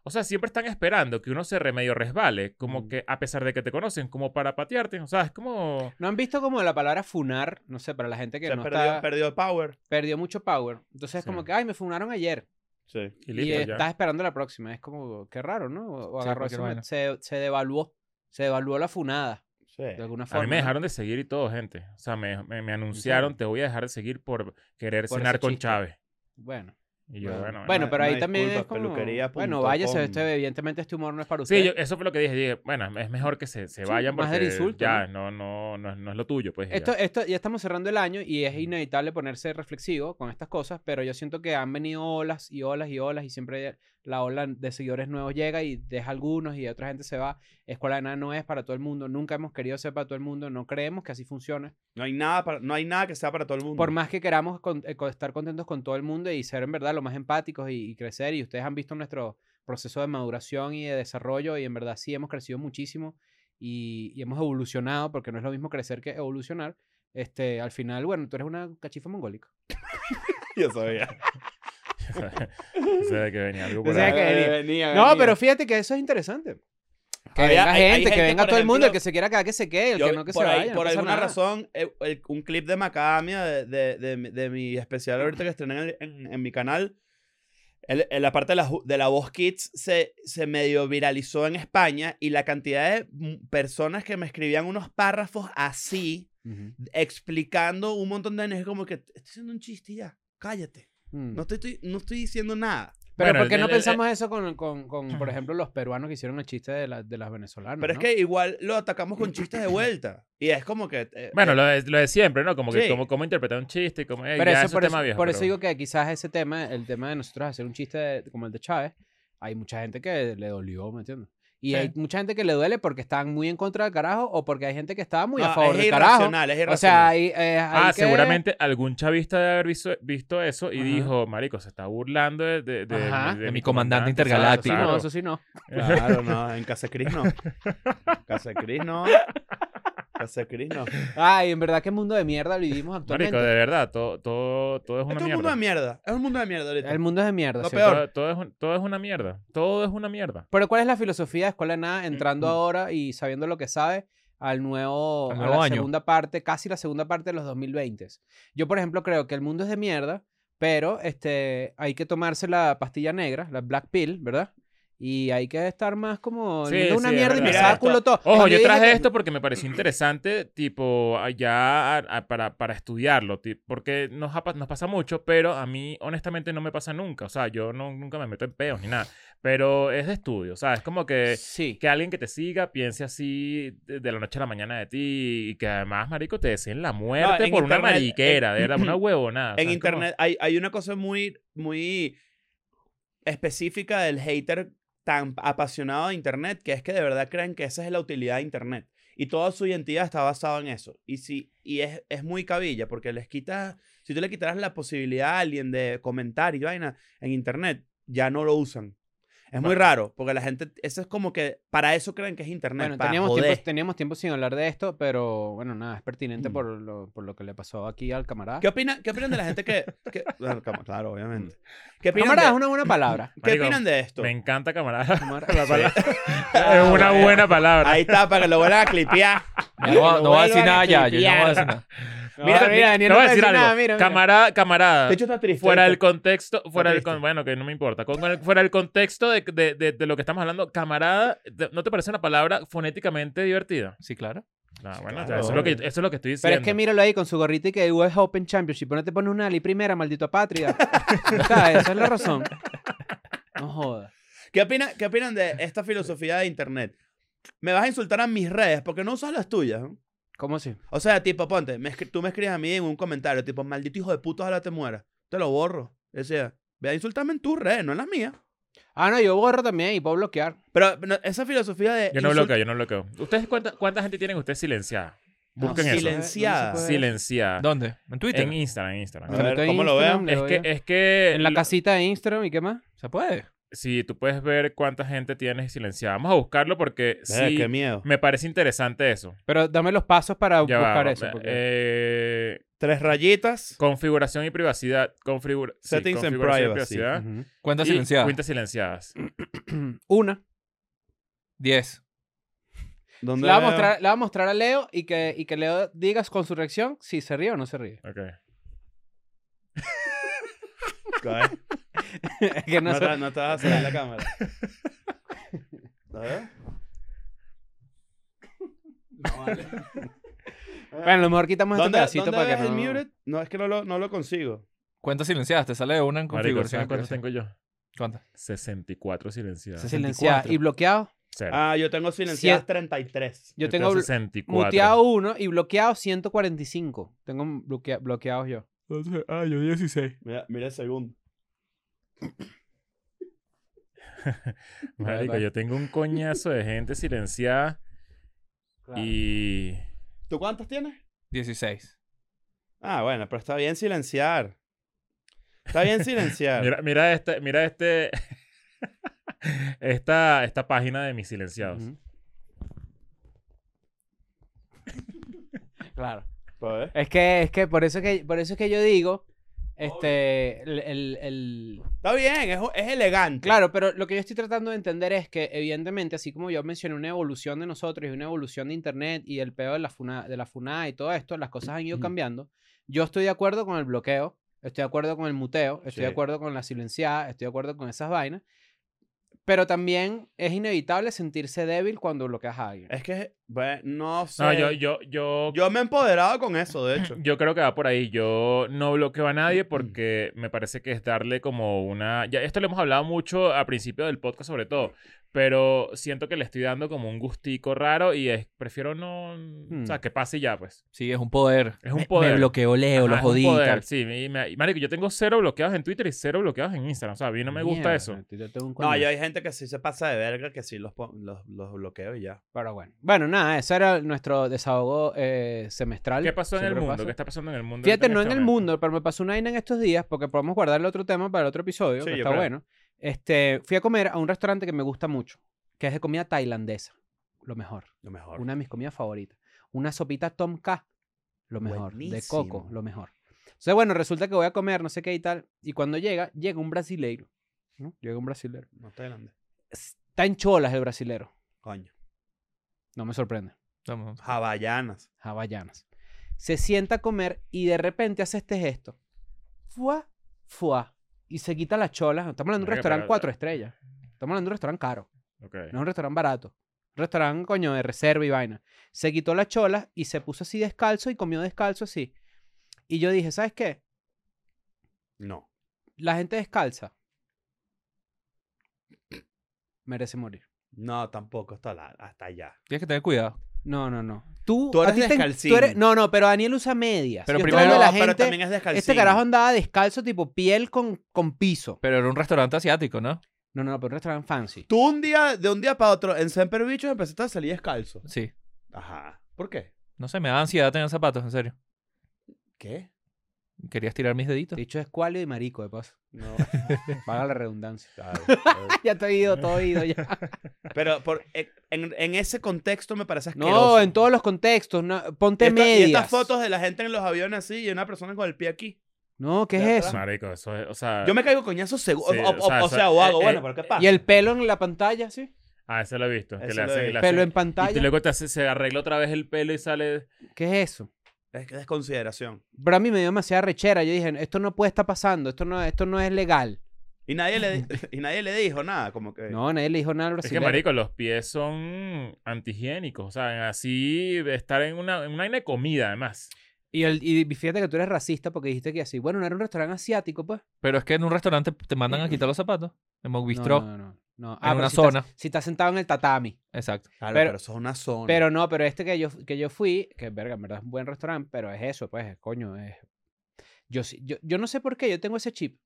D: O sea, siempre están esperando que uno se remedio resbale, como
B: Mm.
D: que a pesar de que te conocen, como para patearte. O sea, es como.
B: ¿No han visto como la palabra funar? No sé, para la gente que
C: Se
B: no
C: perdió,
B: está,
C: perdió el power.
B: perdió mucho power. Entonces es
D: Sí.
B: como que, ay, me funaron ayer.
C: Sí.
D: Y
B: Y
D: listo, ya.
B: estás esperando la próxima. Es como, qué raro, ¿no? O- o
A: Sí,
B: agarró
A: cualquier
B: ese me-
A: vaina.
B: se, se devaluó. Se devaluó la funada,
C: Sí.
B: de alguna
D: A
B: forma.
D: mí me
B: ¿no?
D: dejaron de seguir y todo, gente. O sea, me, me- me anunciaron, te voy a dejar de seguir por querer
B: Por ese
D: cenar con
B: chiste.
D: Chávez.
B: Bueno,
D: Y yo,
C: Bueno,
D: bueno.
B: bueno,
C: una-
B: pero ahí
C: una
B: también
C: disculpa,
B: es como...
C: peluquería punto
B: Bueno, váyase,
C: com.
B: este, evidentemente este humor no es para usted.
D: Sí, yo- eso fue lo que dije. Dije, bueno, es mejor que se, se
B: Sí,
D: vayan
B: más
D: porque
B: del insulto,
D: ya, no, no, no, es- no es lo tuyo, pues. y ya.
B: Esto, esto, ya estamos cerrando el año y es inevitable ponerse reflexivo con estas cosas, pero yo siento que han venido olas y olas y olas y siempre la ola de seguidores nuevos llega y deja algunos y otra gente se va. Escuela de nada no es para todo el mundo, nunca hemos querido ser para todo el mundo, no creemos que así funcione.
C: No hay nada para, no hay nada que sea para todo el mundo.
B: Por más que queramos con- eh, con- estar contentos con todo el mundo y ser en verdad lo más empáticos y, y crecer, y ustedes han visto nuestro proceso de maduración y de desarrollo, y en verdad sí hemos crecido muchísimo y, y hemos evolucionado, porque no es lo mismo crecer que evolucionar. Este, al final, bueno, tú eres una cachifa mongólica.
C: yo sabía.
D: O sea, que venía algo por
B: O sea,
D: ahí.
B: que venía.
C: venía,
B: No,
C: venía.
B: pero fíjate que eso es interesante. Que
C: Había-
B: venga
C: hay- hay
B: gente, que venga
C: por
B: todo el mundo, el
C: ejemplo,
B: que se quiera quedar, que se quede, el
C: yo-
B: que no, que
C: por
B: se
C: ahí-
B: vaya. no
C: por
B: pasa
C: alguna
B: nada.
C: razón, el- el- un clip de Macadamia de, de, de mi- de mi especial ahorita que estrené en, el- en- en mi canal, el- en la parte de la, ju- de la voz Kids se, se medio viralizó en España y la cantidad de m- personas que me escribían unos párrafos así,
B: Ujú.
C: explicando un montón de es como que estoy haciendo un chiste y ya, cállate,
B: Mm.
C: no estoy, estoy- no estoy diciendo nada.
B: Pero
D: Bueno,
B: ¿por qué
D: el-
B: no
D: el- el-
B: pensamos eso con, con, con, por ejemplo, los peruanos que hicieron el chiste de, la- de las venezolanas?
C: Pero es
B: ¿no?
C: que igual lo atacamos con chistes de vuelta y es como que... eh,
D: Bueno,
C: eh,
D: lo de, lo de siempre, ¿no? Como que
C: Sí.
D: cómo como interpretar un chiste y como eh,
B: Pero
D: ya
B: eso,
D: es un
B: por,
D: tema
B: eso,
D: viejo.
B: por eso
D: pero-
B: digo que quizás ese tema, el tema de nosotros hacer un chiste de- como el de Chávez, hay mucha gente que le dolió, ¿me entiendes? Y
C: Sí.
B: hay mucha gente que le duele porque estaban muy en contra del carajo o porque hay gente que estaba muy
C: no,
B: a
C: ah,
B: favor
C: es
B: del carajo.
C: irracional, es
B: O sea,
C: irracional.
B: hay, eh, hay
D: Ah,
B: que-
D: seguramente algún chavista debe haber visto, visto eso y
B: Ajá.
D: dijo, marico, se está burlando de, de- de-
B: Ajá,
A: de mi comandante intergaláctico.
B: Sí,
D: claro.
B: no, eso sí no.
C: Claro, no, en Casa de Cris no. Casa de Cris no. Casa de Cris no.
B: Ay, en verdad qué mundo de mierda vivimos actualmente.
D: Marico, de verdad, todo, todo, todo es una
C: Esto es un mundo de
D: mierda.
C: mierda. Es un mundo de mierda ahorita.
B: El mundo es de mierda.
C: Lo
B: ¿cierto?
C: peor.
D: Todo, todo es, un- todo es una mierda. Todo es una mierda.
B: Pero ¿cuál es la filosofía de Escuela de Nada entrando ahora y sabiendo lo que sabe al nuevo,
A: Al
B: a
A: nuevo
B: la
A: año.
B: segunda parte, casi la segunda parte de los 2020? Yo, por ejemplo, creo que el mundo es de mierda, pero este, hay que tomarse la pastilla negra, la Black Pill, ¿verdad? Y hay que estar más como.
D: Sí,
B: "Mira una
D: sí, es
B: mierda y me
D: verdad.
B: saca culo todo.
D: Ojo,
B: Cuando
D: yo traje
B: dije,
D: esto porque me pareció interesante, tipo, ah, allá a- a- para, para estudiarlo, ti- porque nos, ha pa- nos pasa mucho, pero a mí honestamente no me pasa nunca, o sea, yo no, nunca me meto en peos ni nada, pero es de estudio, o sea, es como que,
B: Sí.
D: que alguien que te siga piense así de, de la noche a la mañana de ti y que además, marico, te deseen la muerte
C: en
D: por una
C: internet-
D: mariquera, de verdad, una huevonada. o sea,
C: en
D: es como-
C: internet hay, hay una cosa muy, muy específica del hater tan apasionado de internet que es que de verdad creen que esa es la utilidad de internet y toda su identidad está basada en eso y si y es, es muy cabilla porque les quitas si tú le quitaras la posibilidad a alguien de comentar y vaina en internet ya no lo usan es muy raro porque la gente eso es como que para eso creen que es internet
B: Bueno,
C: para
B: teníamos
C: joder.
B: tiempo, teníamos tiempo sin hablar de esto, pero bueno, nada, es pertinente
C: Mm.
B: por, lo, por lo que le pasó aquí al camarada.
C: ¿Qué, opina, ¿Qué opinan de la gente que... que- bueno, cam- claro, obviamente. ¿Qué opinan,
B: Camarada es
C: de,
B: una buena palabra.
C: ¿qué
D: Marico,
C: opinan de esto?
D: Me encanta, camarada.
B: Camarada.
D: La palabra-
C: Ah,
D: es una
C: bueno.
D: buena palabra.
C: Ahí está, para que lo vuelvan a clipear.
A: Ah, No, no voy a decir nada ya, yo no voy a decir nada.
B: Mira, mira, Daniel,
D: Te voy
B: no
D: a decir algo.
B: nada, mira, mira.
D: Camarada, camarada.
C: De hecho, está triste.
D: Ah. fuera del
C: ¿viste?
D: contexto, fuera del
C: triste.
D: con- bueno, que no me importa, Con- con el- fuera del contexto de, de- de- de lo que estamos hablando, camarada, te- ¿no te parece una palabra fonéticamente divertida?
A: Sí, claro.
D: No, bueno,
C: claro,
D: eso, es lo que,
C: obvio.
D: eso es lo que estoy diciendo.
B: Pero es que míralo ahí con su gorrita y que US Open Championship. No te pones una Ali primera, maldito patria. ¿Sabes? Esa es la razón. No jodas.
C: ¿Qué, opina- ¿Qué opinan de esta filosofía de internet? Me vas a insultar a mis redes porque no usas las tuyas. ¿no?
B: ¿Cómo así?
C: O sea, tipo, ponte, me escri- tú me escribes a mí en un comentario, tipo, maldito hijo de puto, ojalá te mueras. Te lo borro. Decía, ve a insultarme en tus redes, no en las mías.
B: Ah, no, yo borro también y puedo bloquear.
C: Pero no, esa filosofía de.
D: yo no
C: insult-
D: bloqueo, yo no bloqueo. ¿Ustedes cuánta, cuánta gente tienen ustedes silenciada?
B: No,
D: Busquen eso.
C: silen- Silenciada.
B: se puede.
D: Silenciada.
A: ¿Dónde? ¿En Twitter?
D: En Instagram, en Instagram.
C: A
B: Se
C: ver,
B: metió en
C: ¿cómo lo veo?
B: Instagram, le
D: Es
B: doy
D: que,
B: a-
D: es que
B: En la
D: lo-
B: casita de Instagram y qué más.
A: ¿Se puede?
D: si tú puedes ver cuánta gente tienes silenciada, vamos a buscarlo porque
C: Verga,
D: sí,
C: Qué miedo.
D: me parece interesante eso.
B: Pero dame los pasos para
D: Ya va,
B: buscar
D: va,
B: eso. porque-
D: eh,
C: Tres rayitas.
D: configuración y privacidad. Configura, sí,
C: Settings and
D: configuración y
C: privacy.
D: privacidad.
B: Ujú.
A: Cuenta
D: Y
A: silenciada.
D: Cuentas silenciadas.
B: Una.
A: 10.
C: ¿Dónde
B: Le va, a
C: veo?
B: mostrar, le va a mostrar a Leo y que, y que Leo digas con su reacción si se ríe o no se ríe.
D: Ok.
C: Ok.
B: que no
C: No,
B: se-
C: te, no te vas a salir la cámara.
B: Bueno, a lo mejor quitamos este
C: ¿Dónde,
B: pedacito
C: dónde
B: para que
C: ves el
B: no...
C: muted? No, es que no lo, no lo consigo.
A: Cuentas silenciadas. Te sale una en
D: Marico,
A: configuración.
D: ¿sabes cuántos tengo yo?
A: ¿Cuántas?
D: 64 silenciadas.
A: Ses-
B: Silenciada.
A: 64.
B: ¿Y bloqueado?
D: Cero.
C: Ah, yo tengo silenciadas
B: Cien-
C: 33.
B: Yo
D: Estoy
B: tengo bl-
D: 64.
B: muteado uno y bloqueado 145. Tengo bloquea- bloqueados yo.
A: Ah, yo 16.
C: Mira, mira el segundo.
D: Marico,
A: ¿Verdad?
D: yo tengo un coñazo de gente silenciada y...
C: ¿Tú cuántas tienes?
A: 16.
C: Ah, bueno, pero está bien silenciar. Está bien silenciar.
D: Mira, mira este... Mira este... esta, esta página de mis silenciados.
B: Ujú. claro.
C: Pa' ver.
B: Es que, es que por eso que, por eso es que yo digo, este, el- el- el,
C: Está bien, es, es elegante.
B: Claro, pero lo que yo estoy tratando de entender es que, evidentemente, así como yo mencioné una evolución de nosotros y una evolución de Internet y el pedo de la FUNA, de la funa y todo esto, las cosas han ido cambiando. Yo estoy de acuerdo con el bloqueo, estoy de acuerdo con el muteo, estoy de
C: Sí.
B: acuerdo con la silenciada, estoy de acuerdo con esas vainas. Pero también es inevitable sentirse débil cuando bloqueas a alguien.
C: Es que, bueno, no sé.
D: No, yo,
C: yo,
D: yo, yo,
C: me he empoderado con eso, de hecho.
D: yo creo que va por ahí. Yo no bloqueo a nadie porque me parece que es darle como una... Ya, esto lo hemos hablado mucho al principio del podcast sobre todo, pero siento que le estoy dando como un gustico raro y es, prefiero no... O sea, que pase y ya, pues.
A: Sí, es un poder.
D: Es un
A: Me-
D: poder.
A: Me bloqueó Leo,
D: Ajá,
A: lo
D: es un
A: jodí. y
D: poder,
A: tal.
D: Sí, y me- y, marico, yo tengo cero bloqueados en Twitter y cero bloqueados en Instagram. O sea, a mí no me gusta
B: Mierda,
D: eso.
B: yo tengo un
C: No,
B: coñazo.
C: yo hay gente que sí se pasa de verga, que sí los, pon- los, los bloqueo y ya.
B: Pero bueno. Bueno, nada, ese era nuestro desahogo eh, semestral.
D: ¿Qué pasó en el
B: Siempre
D: mundo?
B: pasa.
D: ¿Qué está pasando en el mundo?
B: Fíjate,
D: ahorita
B: no en
D: este
B: el
D: momento?
B: mundo, pero me pasó una vaina en estos días porque podemos guardarle otro tema para el otro episodio,
C: Sí,
B: que
C: yo
B: está
C: creo.
B: bueno. Este, fui a comer a un restaurante que me gusta mucho, que es de comida tailandesa, lo mejor,
C: Lo mejor.
B: una de mis comidas favoritas. Una sopita Tom Kha, lo mejor, de coco,
C: Buenísimo.
B: lo mejor. Entonces, bueno, resulta que voy a comer, no sé qué y tal, y cuando llega, llega un brasileiro, ¿no? Llega un brasileiro.
C: No tailandés.
B: Está en cholas el brasilero,
C: Coño.
B: no me sorprende,
A: Vamos.
C: Havaianas.
B: hawaianas. Se sienta a comer y de repente hace este gesto. Fua, fua. Y se quita las cholas. Estamos hablando de un
D: Verga,
B: restaurante
D: pero-
B: cuatro estrellas. Estamos hablando de un restaurante caro.
D: Ok.
B: No es un restaurante barato. Un restaurante, coño, de reserva y vaina. Se quitó las cholas y se puso así descalzo y comió descalzo así. Y yo dije, ¿sabes qué?
C: No.
B: La gente descalza merece morir.
C: No, tampoco, hasta, la- hasta allá.
A: Tienes que tener cuidado.
B: No, no, no. Tú,
C: Tú
B: a
C: eres
B: ti te-
C: descalcín.
B: eres- no, no, pero Daniel usa medias.
A: Pero
B: Yo estoy
A: primero-
B: hablando de la
C: No, pero
B: gente-
C: también es descalcín.
B: Este carajo andaba descalzo, tipo piel con, con piso.
A: Pero era un restaurante asiático, ¿no?
B: No, no, no, pero un restaurante fancy.
C: Tú un día, de un día para otro, en Semper Bichos empezaste a salir descalzo.
A: Sí.
C: Ajá. ¿Por qué?
A: No sé, me da ansiedad tener zapatos, en serio.
C: ¿Qué?
A: Querías tirar mis deditos.
B: Dicho es cualio y marico, de paso.
C: No.
B: Paga la redundancia.
C: Claro.
B: ya te he ido, todo ido ya.
C: Pero por, e, en, en ese contexto me parece asqueroso.
B: No, en todos los contextos. no,
C: Y
B: ponte
C: esta-
B: medias.
C: Y estas fotos de la gente en los aviones así y una persona con el pie aquí.
B: No, ¿qué
C: de
B: es eso?
C: atrás.
D: Marico, eso es, o sea...
C: Yo me caigo coñazo seguro.
D: Ah. Sí,
C: o, o-
D: o sea,
C: o
D: eso-
C: sea, o hago,
D: eh,
C: bueno,
D: eh,
C: pero ¿qué pasa?
B: Y el pelo en la pantalla, ¿sí?
D: Ah, ese lo he visto. Que
C: Ese
D: le
C: lo he
D: hacen,
C: visto.
D: le hacen-
B: Pelo en
D: y tú
B: pantalla.
D: luego te hace- se arregla otra vez el pelo y sale...
B: ¿Qué es eso?
C: Es que desconsideración.
B: Pero a mí me dio demasiada rechera. Yo dije, esto no puede estar pasando, esto no, esto no es legal.
C: Y nadie le, di- y nadie le dijo nada, como que...
B: No, nadie le dijo nada al
D: Es que,
B: brasileño.
D: marico, los pies son antihigiénicos. O sea, así estar en una, en una vaina de comida, además.
B: y, el- y fíjate que tú eres racista porque dijiste que así. Bueno, no era un restaurante asiático, pues.
A: Pero es que en un restaurante te mandan a quitar los zapatos. En
B: No,
A: Mogbistró.
B: No, no, no. no. Ah,
A: en
B: pero
A: una
B: si estás-
A: zona.
B: si estás sentado en el tatami.
A: Exacto.
C: Claro, pero,
B: Pero-
C: eso es una zona.
B: Pero no, pero este que yo, que yo fui, que verga, en verdad es un buen restaurante, pero es eso, pues, coño, es... Yo, sí- yo, yo no sé por qué, yo tengo ese chip.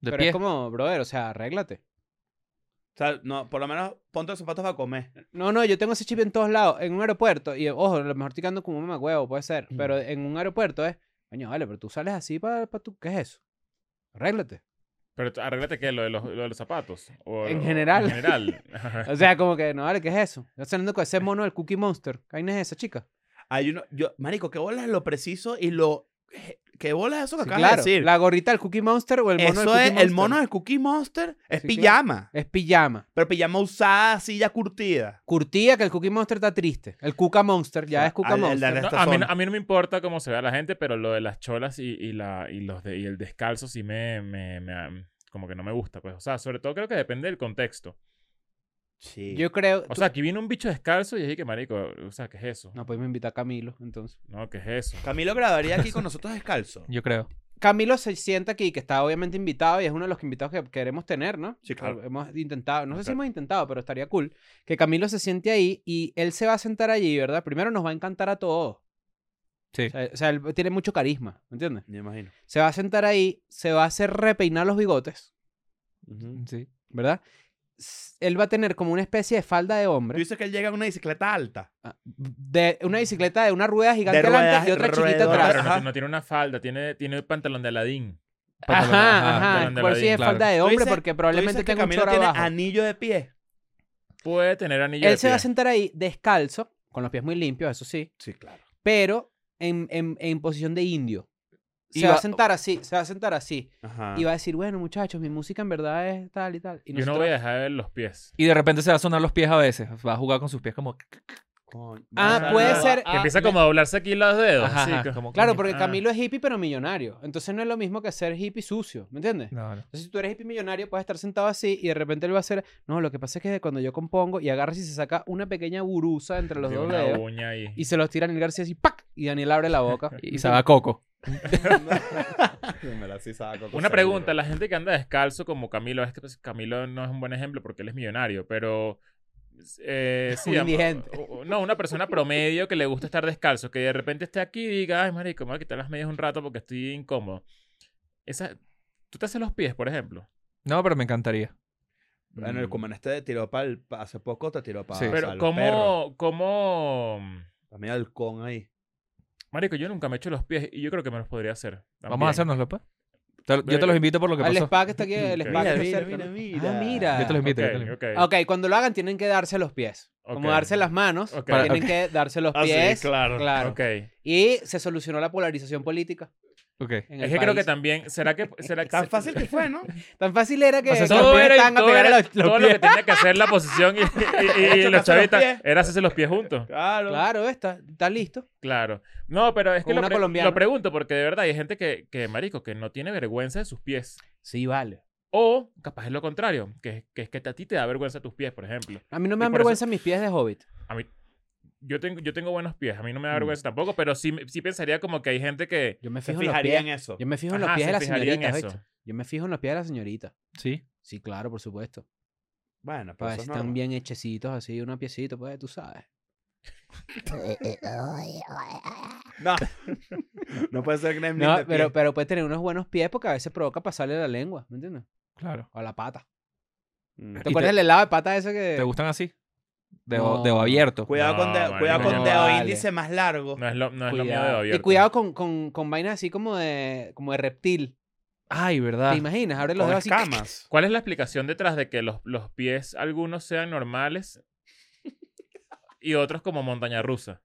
A: De
B: pero
A: pie.
B: es como, brother, o sea, arréglate.
C: O sea, no, por lo menos ponte los zapatos para comer.
B: No, no, yo tengo ese chip en todos lados, en un aeropuerto, y ojo, a lo mejor estoy quedando como un huevo, puede ser,
C: Mm.
B: pero en un aeropuerto es, coño, vale, pero tú sales así para tu... ¿Qué es eso? Arréglate.
D: Pero t- arréglate que lo de los, lo de los zapatos. O-
B: En
D: o-
B: general.
D: En general.
B: O sea, como que, no, vale, ¿qué es eso? Yo estoy hablando con ese mono del Cookie Monster. ¿Qué vaina es esa, chica?
C: Hay uno, yo, marico, qué bolas lo preciso y lo... eh, ¿Qué bolas eso que
B: Sí,
C: acabas
B: claro,
C: de decir?
B: la gorrita del Cookie Monster o el mono
C: eso
B: del Cookie
C: es,
B: Monster.
C: el mono del Cookie Monster es
B: Sí, claro.
C: pijama.
B: Es pijama.
C: Pero pijama usada, así ya curtida.
B: Curtía que el Cookie Monster está triste. El Cuca Monster, ya
C: Ah,
B: es Cuca
C: al- al de
B: Monster.
C: la-
D: No,
C: Estas
D: a, mí,
C: son-
D: no- a mí no me importa cómo se vea la gente, pero lo de las cholas y, y la, y, los de- y el descalzo sí me, me- me- Como que no me gusta, pues. O sea, sobre todo creo que depende del contexto.
C: Sí.
B: Yo creo.
D: O sea, aquí viene un bicho descalzo y dije que marico, o sea, ¿qué es eso?
B: No podemos invitar a Camilo, entonces.
D: No, ¿qué es eso?
C: Camilo grabaría aquí con nosotros descalzo.
A: Yo creo.
B: Camilo se sienta aquí, que está obviamente invitado y es uno de los invitados que queremos tener, ¿no?
C: Sí, claro.
B: Hemos intentado, no sé si
D: Claro.
B: hemos intentado, pero estaría cool. Que Camilo se siente ahí y él se va a sentar allí, ¿verdad? Primero nos va a encantar a todos.
A: Sí.
B: O sea, o sea, él tiene mucho carisma, ¿me entiendes?
C: Me imagino.
B: Se va a sentar ahí, se va a hacer repeinar los bigotes,
A: Sí.
B: ¿verdad? S- Él va a tener como una especie de falda de
C: Tú
B: hombre.
C: dices que él llega en una bicicleta alta.
B: Ah, de una bicicleta de una rueda gigante
C: De ruedas,
B: adelante y otra
C: ruedas.
B: chiquita
D: No,
B: atrás.
D: pero no,
C: Ajá.
D: ti- no tiene una falda, tiene, tiene el pantalón de Aladín.
A: Pantalón,
B: Ajá,
D: pantalón
B: ajá.
D: de
B: Por eso sí es
D: Aladín,
B: falda de
C: Tú
B: hombre
C: dices-
B: porque
C: Tú dices
B: probablemente
C: que
B: tenga un
C: Camilo
B: chorro
C: tiene
B: abajo.
C: anillo de pie.
D: Puede tener anillo de
B: Él se va a
D: pie.
B: sentar ahí descalzo, con los pies muy limpios, eso sí,
C: Sí, claro.
B: pero en, en- en posición de indio. Se
A: Y
B: va,
A: va-
B: a sentar así, se va a sentar así.
C: Ajá.
B: Y va a decir, bueno, muchachos, mi música en verdad es tal y tal. Y
D: Yo no
B: nosotros-
D: voy a dejar de ver los pies.
A: Y de repente se va a sonar los pies a veces. Va a jugar con sus pies como.
C: Coño.
B: Ah, puede ser.
D: Que empieza como a doblarse aquí los dedos.
A: Ajá,
D: así,
A: ajá,
D: co-
A: como-
B: Claro, porque
D: Ah.
B: Camilo es hippie pero millonario. Entonces no es lo mismo que ser hippie sucio, ¿me entiendes?
A: No, no.
B: Entonces, si tú eres hippie millonario, puedes estar sentado así y de repente él va a hacer. No, lo que pasa es que cuando yo compongo y agarras y se saca una pequeña burusa entre los
D: tiene
B: dos
D: una
B: dedos
D: uña ahí.
B: y se los tira a Neil García así, ¡pac! Y Daniel abre la boca.
A: Y se va a Coco.
C: Dímela, sí saco pues, cosas.
D: Una pregunta, la gente que anda descalzo como Camilo, es que pues, Camilo no es un buen ejemplo porque él es millonario, pero... eh, sí,
B: Un
D: am-
B: indigente.
D: o- o- No, una persona promedio que le gusta estar descalzo, que de repente esté aquí y diga, ay, marico, me voy a quitar las medias un rato porque estoy incómodo. Esa... ¿Tú te haces los pies, por ejemplo?
A: No, pero me encantaría.
C: Bueno,
B: Mm.
C: el como en este tiró para el... pa- Hace poco te tiró para...
A: Sí.
D: Pero ¿cómo, ¿cómo...?
C: También halcón ahí.
D: Marico, yo nunca me he hecho los pies y yo creo que me los podría hacer.
A: Vamos a
D: también.
A: hacernoslo, pues. Te- yo te los invito por lo que
B: Al
A: pasó.
B: spa que está aquí, el
D: Ok.
B: spa que está
C: Mira,
B: cerca,
C: mira,
B: ¿no?
C: mira,
B: Ah,
C: mira.
B: mira.
A: Yo te los invito. yo te los
D: Ok,
A: invito.
D: ok.
B: Ok, cuando lo hagan tienen que darse los pies. Como
D: Ok.
B: darse las manos,
D: Ok.
B: tienen que darse los
C: Ah, sí,
B: pies.
C: claro.
B: claro.
D: ok.
B: Y se solucionó la polarización política.
A: Ok.
B: en el
D: Es que creo que
B: país.
D: también... ¿Será que...? Será que
C: Tan
D: se-
C: fácil que fue, ¿no?
B: Tan fácil era que
A: O sea,
B: que
A: todo
B: los pies
D: era-
B: estaban a
D: todo
B: pegar
D: era-
B: a los- los
D: todo lo
B: pies.
D: que tenía que hacer la posición y, y- y-
C: Hecho,
D: y los
C: hacer los
D: chavitas
C: pies.
D: era hacerse los pies juntos.
C: Claro.
B: Claro, está, está listo.
D: Claro. No, pero es que
B: Con
D: lo,
B: una
D: pre-
B: colombiana.
D: lo pregunto porque de verdad hay gente que, que, marico, que no tiene vergüenza de sus pies.
B: Sí, vale.
D: O capaz es lo contrario, que, que es que a ti te da vergüenza tus pies, por ejemplo.
B: A mí no me
D: Y
B: dan
D: por eso-
B: vergüenza mis pies de hobbit.
D: A mí, yo tengo, yo tengo buenos pies, a mí no me da
B: Mm.
D: vergüenza tampoco, pero sí, sí pensaría como que hay gente que...
B: Yo me
C: Se
B: fijo en los
C: fijaría
B: pies.
C: en eso.
B: Yo me fijo en los
D: ajá,
B: pies
D: se
B: de la
D: fijaría en
B: señorita.
D: eso.
B: ¿oíste? Yo me fijo en los pies de la señorita.
A: Sí.
B: Sí, claro, por supuesto.
C: Bueno,
B: Para
C: pero
B: ver
C: eso
B: si
C: no-
B: pues, están bien hechecitos, así, una piecito, pues tú sabes.
C: No. no puede ser gremlin
B: No,
C: de pie.
B: pero, pero puedes tener unos buenos pies porque a veces provoca pasarle la lengua, ¿me entiendes?
A: Claro.
B: O a la pata.
C: Mm.
A: ¿Y
B: ¿Te acuerdas
A: te-
B: el helado de pata ese que.?
A: ¿Te gustan así? Dedo,
B: Eh. No. Pues,
A: dedo abierto.
C: Cuidado con,
D: No,
C: de-
D: marico,
C: cuidado con
D: no
C: dedo
B: vale.
C: índice más largo.
D: No es lo, no es lo mío de
B: Cuidado.
D: abierto.
B: Y cuidado con, con, con vainas así como de, como de reptil.
A: Ay, ¿verdad?
D: Ah,
B: ¿Te imaginas? Abre los
C: Con
B: dedos así.
C: escamas.
D: ¿Cuál es la explicación detrás de que los, los pies algunos sean normales y otros como montaña rusa?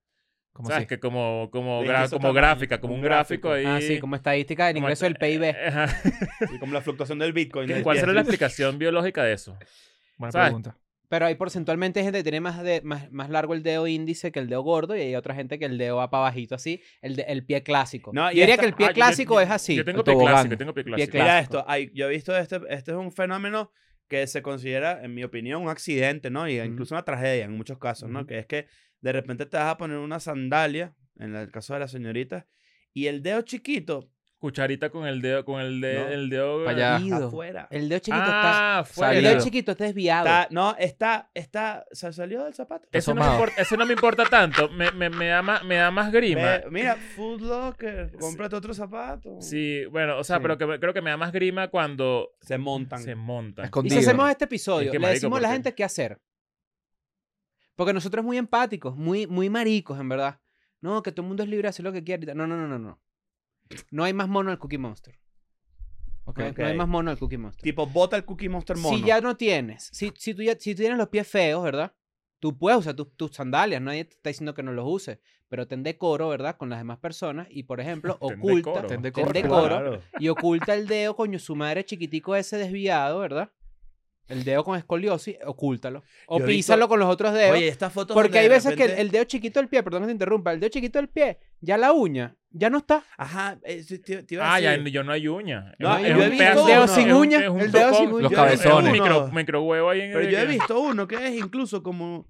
A: ¿Cómo
D: ¿Sabes?
A: así?
D: Que como, como,
C: De
D: gra-
C: distintos
D: como
C: tamaños,
D: gráfica, como
C: un
D: un gráfico, ahí.
B: Ah, sí, como estadística del
D: como- eh,
B: ingreso del PIB.
D: Ajá.
C: Y como la fluctuación del Bitcoin. del
D: ¿Cuál
C: pie.
D: será la explicación biológica de eso?
A: Buena
D: ¿sabes?
A: pregunta.
B: Pero hay porcentualmente gente que tiene más, de, más, más largo el dedo índice que el dedo gordo y hay otra gente que el dedo va para bajito así, el, de- el pie clásico.
C: No, y
B: yo diría
C: esta-
B: que el pie
D: Ah, yo- yo-
B: clásico
D: yo-
B: es así.
D: Yo tengo
A: el
D: pie
A: tobogán.
D: clásico, yo tengo pie clásico.
B: clásico.
C: Mira esto, hay- yo he visto este, este es un fenómeno que se considera, en mi opinión, un accidente, ¿no? Y
B: Ujú.
C: incluso una tragedia en muchos casos, ¿no?
B: Ujú.
C: Que es que de repente te vas a poner una sandalia, en el caso de la señorita, y el dedo chiquito
D: Cucharita con el dedo, con el dedo,
C: No.
D: el dedo.
A: Pa' allá.
B: Ido.
C: afuera.
B: El dedo chiquito está.
D: Ah, fuera.
B: El
A: salido.
B: dedo chiquito está desviado.
C: Está- no, está, está, se salió del zapato.
D: Eso no, me
A: asomado.
D: importa, eso no me importa tanto. Me, me, me da, más, me da más grima.
C: Ve- mira, Food Locker, cómprate otro zapato.
D: Sí, bueno, o sea,
B: Sí.
D: pero que, me- creo que me da más grima cuando
C: Se montan.
D: se
B: Y
D: montan.
A: Escondido.
B: si hacemos este episodio,
D: Es que,
B: le
D: marico,
B: decimos a la
D: porque-
B: gente qué hacer. Porque nosotros muy empáticos, muy, muy maricos, en verdad. No, que todo el mundo es libre de hacer lo que quiera. y tal. No, no, no, no, no. No hay más mono al Cookie Monster.
A: Ok.
B: No hay- No hay
C: Ok.
B: más mono al Cookie Monster.
C: Tipo, bota el Cookie Monster mono.
B: Si ya no tienes, si, si tú ya si tú tienes los pies feos, ¿verdad? Tú puedes usar tus, tus sandalias, nadie te está diciendo que no los uses, pero ten decoro, ¿verdad? Con las demás personas y, por ejemplo,
D: Ten
B: oculta,
D: decoro.
A: Ten de
B: ten
A: corte.
B: decoro y oculta el dedo, coño, su madre chiquitico ese desviado, ¿verdad? El dedo con escoliosis, ocúltalo. O
C: Yo he
B: písalo
C: visto-
B: con los otros dedos.
C: Oye, estas fotos.
B: porque
C: donde
B: hay
C: de
B: veces que
C: repente-
B: el, el dedo chiquito del pie, perdón que te interrumpa, el dedo chiquito del pie, ya la uña, ya no está.
C: Ajá, eh, sí, te, te iba a
D: Ah, ya,
C: decir.
D: yo no hay uña.
C: No,
D: Es
C: yo
D: un- es
C: he
D: un
C: visto
D: pedazo-
C: el dedo
D: es un-
C: sin
B: uña,
D: es un
B: el dedo sin
D: topón-
B: uña.
A: Los
C: Yo he visto
A: cabezones.
C: uno.
D: Micro, microhuevo ahí en
C: Pero
D: el-
C: yo he visto uno que es incluso como,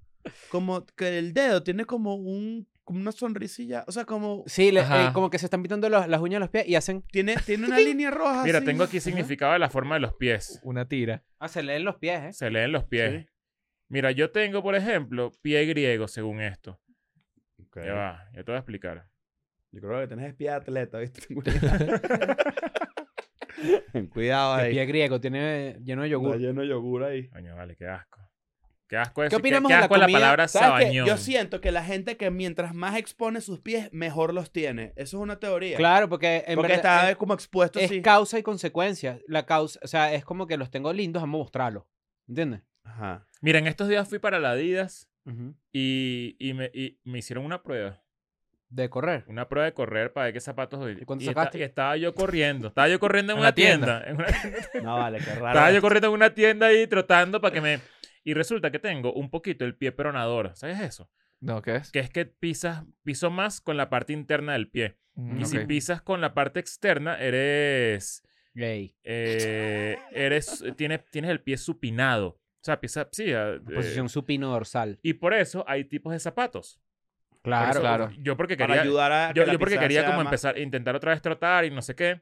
C: como que el dedo tiene como un como una sonrisilla, o sea, como
B: Sí, le-
A: Ajá.
B: eh, como que se están pintando los- las uñas de los pies y hacen,
C: tiene, tiene una línea roja.
D: Mira,
C: así.
D: tengo aquí significado de la forma de los pies.
A: Una tira.
B: ah, se leen los pies, ¿eh?
D: Se leen los pies. Mira, yo tengo, por ejemplo, pie griego, según esto. Ya va, ya te voy a explicar.
C: Yo creo que tenés espía de atleta, ¿viste? Ten Cuidado, Cuidado
B: El
C: ahí.
B: pie griego, tiene eh, lleno de
C: Está
B: yogur.
C: lleno de yogur ahí.
D: Coño, vale, qué asco. Qué asco es.
B: ¿Qué opinamos
D: qué,
B: de la
D: asco la,
B: comida?
D: palabra
C: ¿Sabes qué?
D: sabañón.
C: Yo siento que la gente que mientras más expone sus pies, mejor los tiene. Eso es una teoría.
B: Claro, porque en
C: Porque
B: verdad
C: está
B: eh,
C: como expuesto
B: es,
C: así.
B: causa y consecuencia. La causa, o sea, es como que los tengo lindos, vamos a mostrarlos. ¿Entiendes?
C: Ajá.
D: Mira, en estos días fui para la Adidas y, y me, y me hicieron una prueba.
B: De correr.
D: Una prueba de correr para ver qué zapatos.
B: ¿Y cuánto
D: esta-
B: sacaste?
D: y estaba yo corriendo. Estaba yo corriendo en,
A: En
D: una
A: la tienda.
D: tienda. en una-
C: No, vale, qué raro.
D: estaba yo corriendo en una tienda ahí trotando para que me. Y resulta que tengo un poquito el pie peronador. ¿Sabes eso?
A: No, ¿qué es?
D: Que es que pisas, piso más con la parte interna del pie.
A: Mm,
D: Y si
A: ok.
D: pisas con la parte externa, eres.
B: Gay.
D: eh, eres tienes, tienes el pie supinado. O sea, pieza, sí, ah, eh,
B: Posición supino dorsal.
D: Y por eso hay tipos de zapatos. Por
B: Claro,
D: eso,
A: claro.
D: Yo porque
C: Para
D: quería,
C: ayudar a. que
D: yo,
C: la
D: yo porque
C: pisada
D: quería
C: sea
D: como
C: más-
D: empezar, intentar otra vez trotar y no sé qué.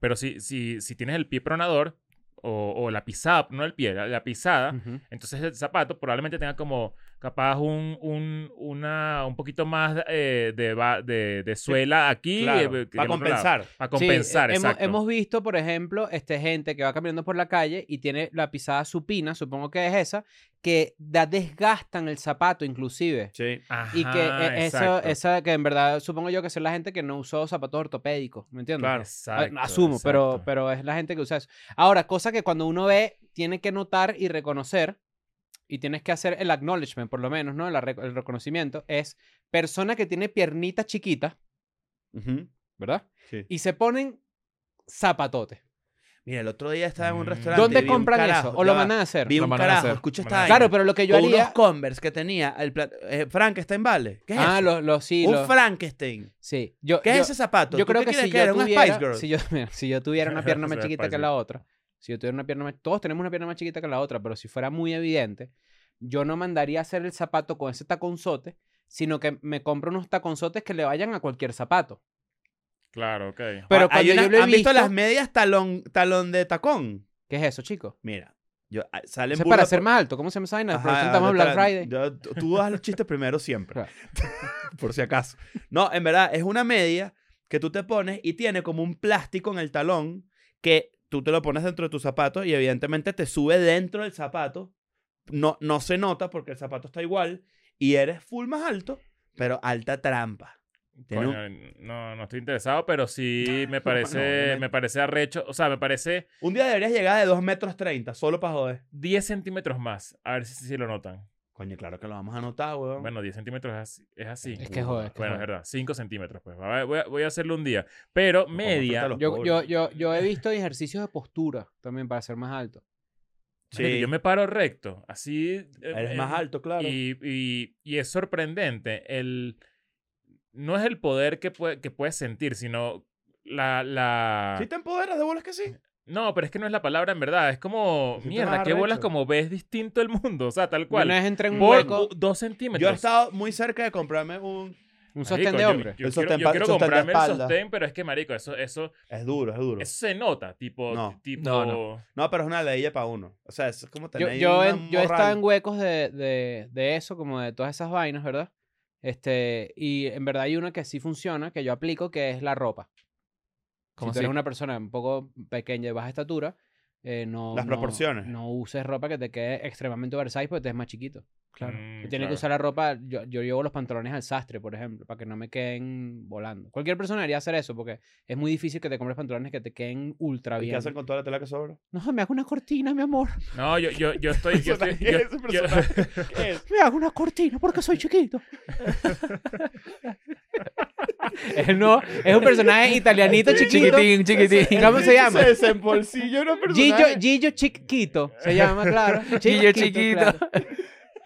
D: Pero si, si, si tienes el pie pronador o, o la pisada, no el pie, la, la pisada,
B: Ujú.
D: entonces el zapato probablemente tenga como capaz un, un, una, un poquito más eh, de, va- de, de suela aquí.
C: Claro,
D: eh, que
C: para
D: del otro lado.
C: compensar.
D: Para
B: Sí,
D: compensar,
B: eh, hemos-
D: exacto.
B: Hemos, visto, por ejemplo, este, gente que va caminando por la calle y tiene la pisada supina, supongo que es esa, que da desgastan el zapato inclusive.
C: Sí.
B: Y que
D: Ajá,
B: eh, eso,
D: exacto.
B: esa que en verdad supongo yo que es la gente que no usó zapatos ortopédicos, ¿me entiendes? A-
D: Exacto,
B: Asumo, pero,
D: exacto.
B: pero es la gente que usa eso. Ahora, cosa que cuando uno ve, tiene que notar y reconocer, y tienes que hacer el acknowledgement, por lo menos, ¿no? La re- el reconocimiento, es persona que tiene piernitas chiquitas,
C: Ujú.
B: ¿verdad?
C: Sí.
B: Y se ponen zapatotes.
C: Mira, el otro día estaba en un
D: Mm.
C: restaurante. y
B: ¿Dónde
C: vi un
B: compran
C: carajo,
B: eso? ¿O lo
C: ya va,
B: mandan a hacer?
C: Vi
A: Lo
C: un
A: mandan a
C: carajo,
A: hacer.
C: escucha esta
D: Mandan a
C: vaina.
B: Claro, pero lo que yo
C: Con unos
B: haría...
C: Converse que tenía el pla- eh, Frankenstein, ¿vale? ¿Qué es
B: Ah,
C: eso?
B: los, los sí,
C: un
B: los-
C: Frankenstein.
B: sí. Yo,
C: ¿Qué
B: yo-
C: es ese zapato?
B: Yo
C: ¿Tú
B: creo
C: qué
B: que
C: quieres
B: si
C: era?
B: yo
C: ¿Un Spice
B: tuviera...
C: Girl?
B: Si yo, mira, si yo tuviera una pierna más
D: Soy
B: chiquita
D: Spice
B: que
D: Girl.
B: la otra, Si yo tuviera una pierna más, todos tenemos una pierna más chiquita que la otra, pero si fuera muy evidente, yo no mandaría a hacer el zapato con ese taconzote, sino que me compro unos taconzotes que le vayan a cualquier zapato.
D: Claro, ok.
C: Ah,
B: Pero
C: hay
B: cuando yo
C: una-
B: lo he
C: ¿Han visto
B: visto-
C: las medias talón, talón de tacón?
B: ¿Qué es eso, chico?
C: Mira, yo, ah, salen
B: Eso es
C: burda
B: para
C: por-
B: ser más alto. ¿Cómo se llama esa vaina?
C: Ajá,
B: Por eso estamos en
C: ahorita-
B: Black Friday.
C: yo- tú- tú das los chistes primero siempre.
B: Claro.
C: por si acaso. No, en verdad, es una media que tú te pones y tiene como un plástico en el talón que tú te lo pones dentro de tu zapato y evidentemente te sube dentro del zapato. No, no se nota porque el zapato está igual y eres full más alto, pero alta trampa. Tiene un,
D: Coño, no, no estoy interesado, pero sí me parece,
C: obviamente.
D: me parece arrecho. O sea, me parece
C: un día deberías llegar de 2 metros 30, solo para joder.
D: 10 centímetros más. A ver si, si lo notan.
C: Coño, claro que lo vamos a notar, weón.
D: Bueno, 10 centímetros es así. Es así.
B: Es que joder. es que
D: bueno, es
B: joder.
D: verdad. 5 centímetros, pues. Va- Voy a, voy a hacerlo un día. Pero
C: Vamos a
D: media.
C: apretarlo. los
B: Yo,
C: pobres.
B: yo, yo, yo he visto ejercicios de postura también para ser más alto.
D: Fíjate que
C: Sí.
D: Yo me paro recto. Así. eh,
C: eres
D: eh,
C: más alto, claro.
D: Y, y- y es sorprendente. El, no es el poder que, pue- que puedes sentir, sino la. la...
C: Sí te empoderas de bolas que sí.
D: No, pero es que no es la palabra en verdad. Es como.
C: Te sientes
D: Mierda,
C: más
D: qué bolas
C: arrecho.
D: como ves distinto el mundo. O sea, tal
B: Yo
D: cual.
B: Una vez entré en un
D: Por
B: hueco,
D: u- dos
C: Yo
D: centímetros.
C: he estado muy cerca de comprarme un...
B: un
D: Marico,
B: sostén de
D: yo-
B: hombre.
D: Yo,
C: El
D: quiero,
C: sostén
D: yo
C: pa-
D: quiero
C: sostén de
D: comprarme el
C: espalda.
D: sostén, pero es que, marico, eso, eso,
C: Es duro, es duro.
D: eso se nota. Tipo,
C: No.
D: tipo.
A: No,
C: No, pero es una ley para uno. O sea, es como
B: Yo,
C: tener
B: yo,
C: una
B: en- yo he
C: morral.
B: estado en huecos de, de, de eso, como de todas esas vainas, ¿verdad? Este, y en verdad hay una que sí funciona, que yo aplico, que es la ropa. Si tú
A: ¿Cómo así?
B: eres una persona un poco pequeña, de baja estatura, eh, no,
C: Las
B: no-
C: proporciones.
B: No uses ropa que te quede extremadamente oversize porque te es más chiquito.
A: Claro.
D: Mm,
B: Yo tiene que
D: claro.
B: usar la ropa, yo, yo llevo los pantalones al sastre, por ejemplo, para que no me queden volando. Cualquier persona debería hacer eso porque es muy difícil que te compres pantalones que te queden ultra
C: ¿Y
B: bien.
C: qué hacen con toda la tela que sobra?
B: No, me hago una cortina, mi amor.
D: No, yo, yo, yo estoy. yo estoy-
C: Personaje,
D: yo-
C: ese
D: yo-
C: personaje. ¿Qué es?
B: Me hago una cortina porque soy chiquito. es, no, es un personaje italianito chiquito.
A: Chiquitín, chiquitín.
B: ¿Cómo se llama?
C: Se desembolsilla una persona.
B: Gillo, Gillo Chiquito se llama, claro.
A: Gillo Chiquito.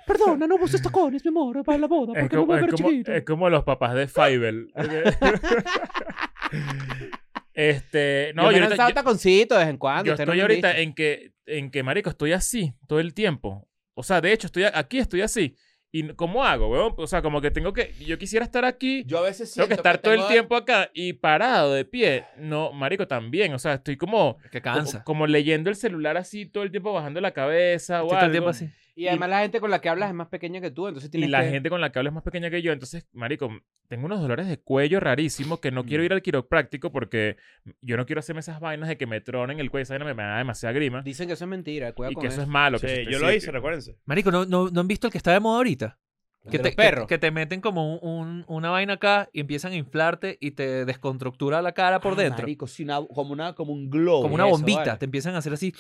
B: Perdona, no puse tacones, mi amor, para la boda,
D: Es como, es como- es como los papás de Fievel. este. No,
B: yo,
D: yo,
B: me he
D: ahorita-
B: lanzado taconcito de vez en
D: yo-
B: cuando.
D: yo
B: ustedes no
D: estoy
B: me han
D: ahorita eh,
B: visto.
D: en que, en que, marico, estoy así todo el tiempo. O sea, de hecho, estoy a- aquí estoy así. ¿Y cómo hago, weón? O sea, como que tengo que. Yo quisiera estar aquí.
C: Yo a veces
D: tengo
C: siento
D: que estar todo el
C: tengo-
D: tiempo acá y parado de pie. No, marico, también. O sea, estoy como,
A: Que
D: como,
A: cansa.
D: como leyendo el celular así todo el tiempo, bajando la cabeza o
A: Estoy todo el
D: algo.
A: tiempo así.
B: Y además la gente con la que hablas es más pequeña que tú, entonces
D: Y
B: tienes
D: la
B: que-
D: gente con la que hablo es más pequeña que yo. Entonces, marico, tengo unos dolores de cuello rarísimos que no
A: Mm.
D: quiero ir al quiropráctico porque yo no quiero hacerme esas vainas de que me tronen el cuello. Esa vaina me, me da demasiada grima.
B: Dicen que eso es mentira, cuidado
D: Y
B: con
D: que
B: eso.
D: eso es malo. que
C: Sí,
D: eso-
C: yo
D: sí,
C: lo
D: que-
C: hice, recuérdense.
A: Marico, ¿no, no, ¿no han visto el que está de moda ahorita? Que
B: De los
A: te, que,
B: perros.
A: que te meten como un- un- una vaina acá y empiezan a inflarte y te desconstructura la cara por
C: Ah,
A: dentro.
C: Marico, sí, una- como, una, como un globo.
A: Como una
B: eso,
A: bombita.
B: vale.
A: Te empiezan a hacer así.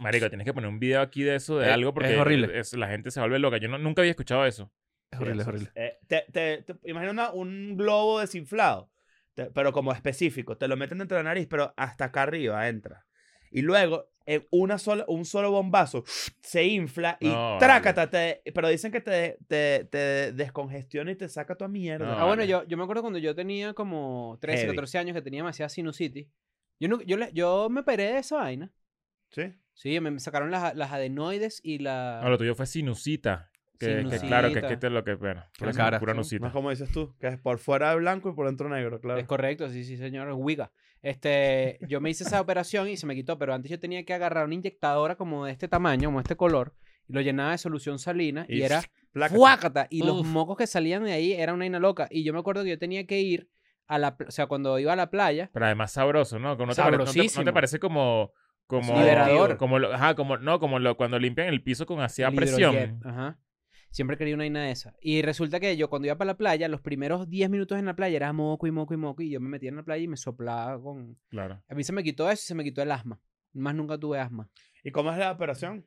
D: Marico, tienes que poner un video aquí de eso, de
A: Eh,
D: algo, porque
A: es horrible.
D: eso- la gente se vuelve loca. Yo no- nunca había escuchado eso.
A: Es horrible, es
C: Eso,
A: horrible.
C: eh, te, te, te- imagina una- un globo desinflado, te- pero como específico. Te lo meten dentro de la nariz, pero hasta acá arriba entra. Y luego, en una sola, un solo bombazo, se infla y
D: No,
C: trácata. te- pero dicen que te, te, te descongestiona y te saca tu mierda.
D: No,
B: Ah, bueno,
D: vale.
B: yo, yo me acuerdo cuando yo tenía como 13,
C: Heavy.
B: 14 años que tenía demasiada sinusitis. Yo, no, yo, le- yo me operé de esa vaina.
C: ¿Sí?
B: Sí, me sacaron las, a- las adenoides y
A: Ah.
B: la...
D: No, Ah, lo tuyo fue sinusita. Que, que claro, que, que
B: Sinusita.
D: te lo que. Bueno,
A: La
D: es
A: cara.
D: pura
B: Sí.
D: nucita.
C: No es como dices tú, que es por fuera blanco y por dentro negro,
B: Es
C: claro.
B: correcto, sí, sí, señor, es Wiga. Este, yo me hice esa operación y se me quitó, pero antes yo tenía que agarrar una inyectadora como de este tamaño, como de este color, y lo llenaba de solución salina y, era
C: plácata.
B: ¡Fuácata! Y los
A: Uf.
B: mocos que salían de ahí era una vaina loca. Y yo me acuerdo que yo tenía que ir a la... pl- O sea, cuando iba a la playa,
D: Pero además sabroso, ¿no? Como no, te pare- no te- no te
B: Sabrosísimo.
D: parece como. Como,
B: Liberador.
D: como lo- ajá, como, no, como lo, cuando limpian el piso con así a
B: El
D: presión.
B: hidrojet, Ajá. Siempre quería una vaina de esa. Y resulta que yo cuando iba para la playa, los primeros 10 minutos en la playa era moco y moco y moco. Y yo me metía en la playa y me soplaba con...
D: Claro.
B: A mí se me quitó eso y se me quitó el asma. Más nunca tuve asma.
C: ¿Y cómo es la operación?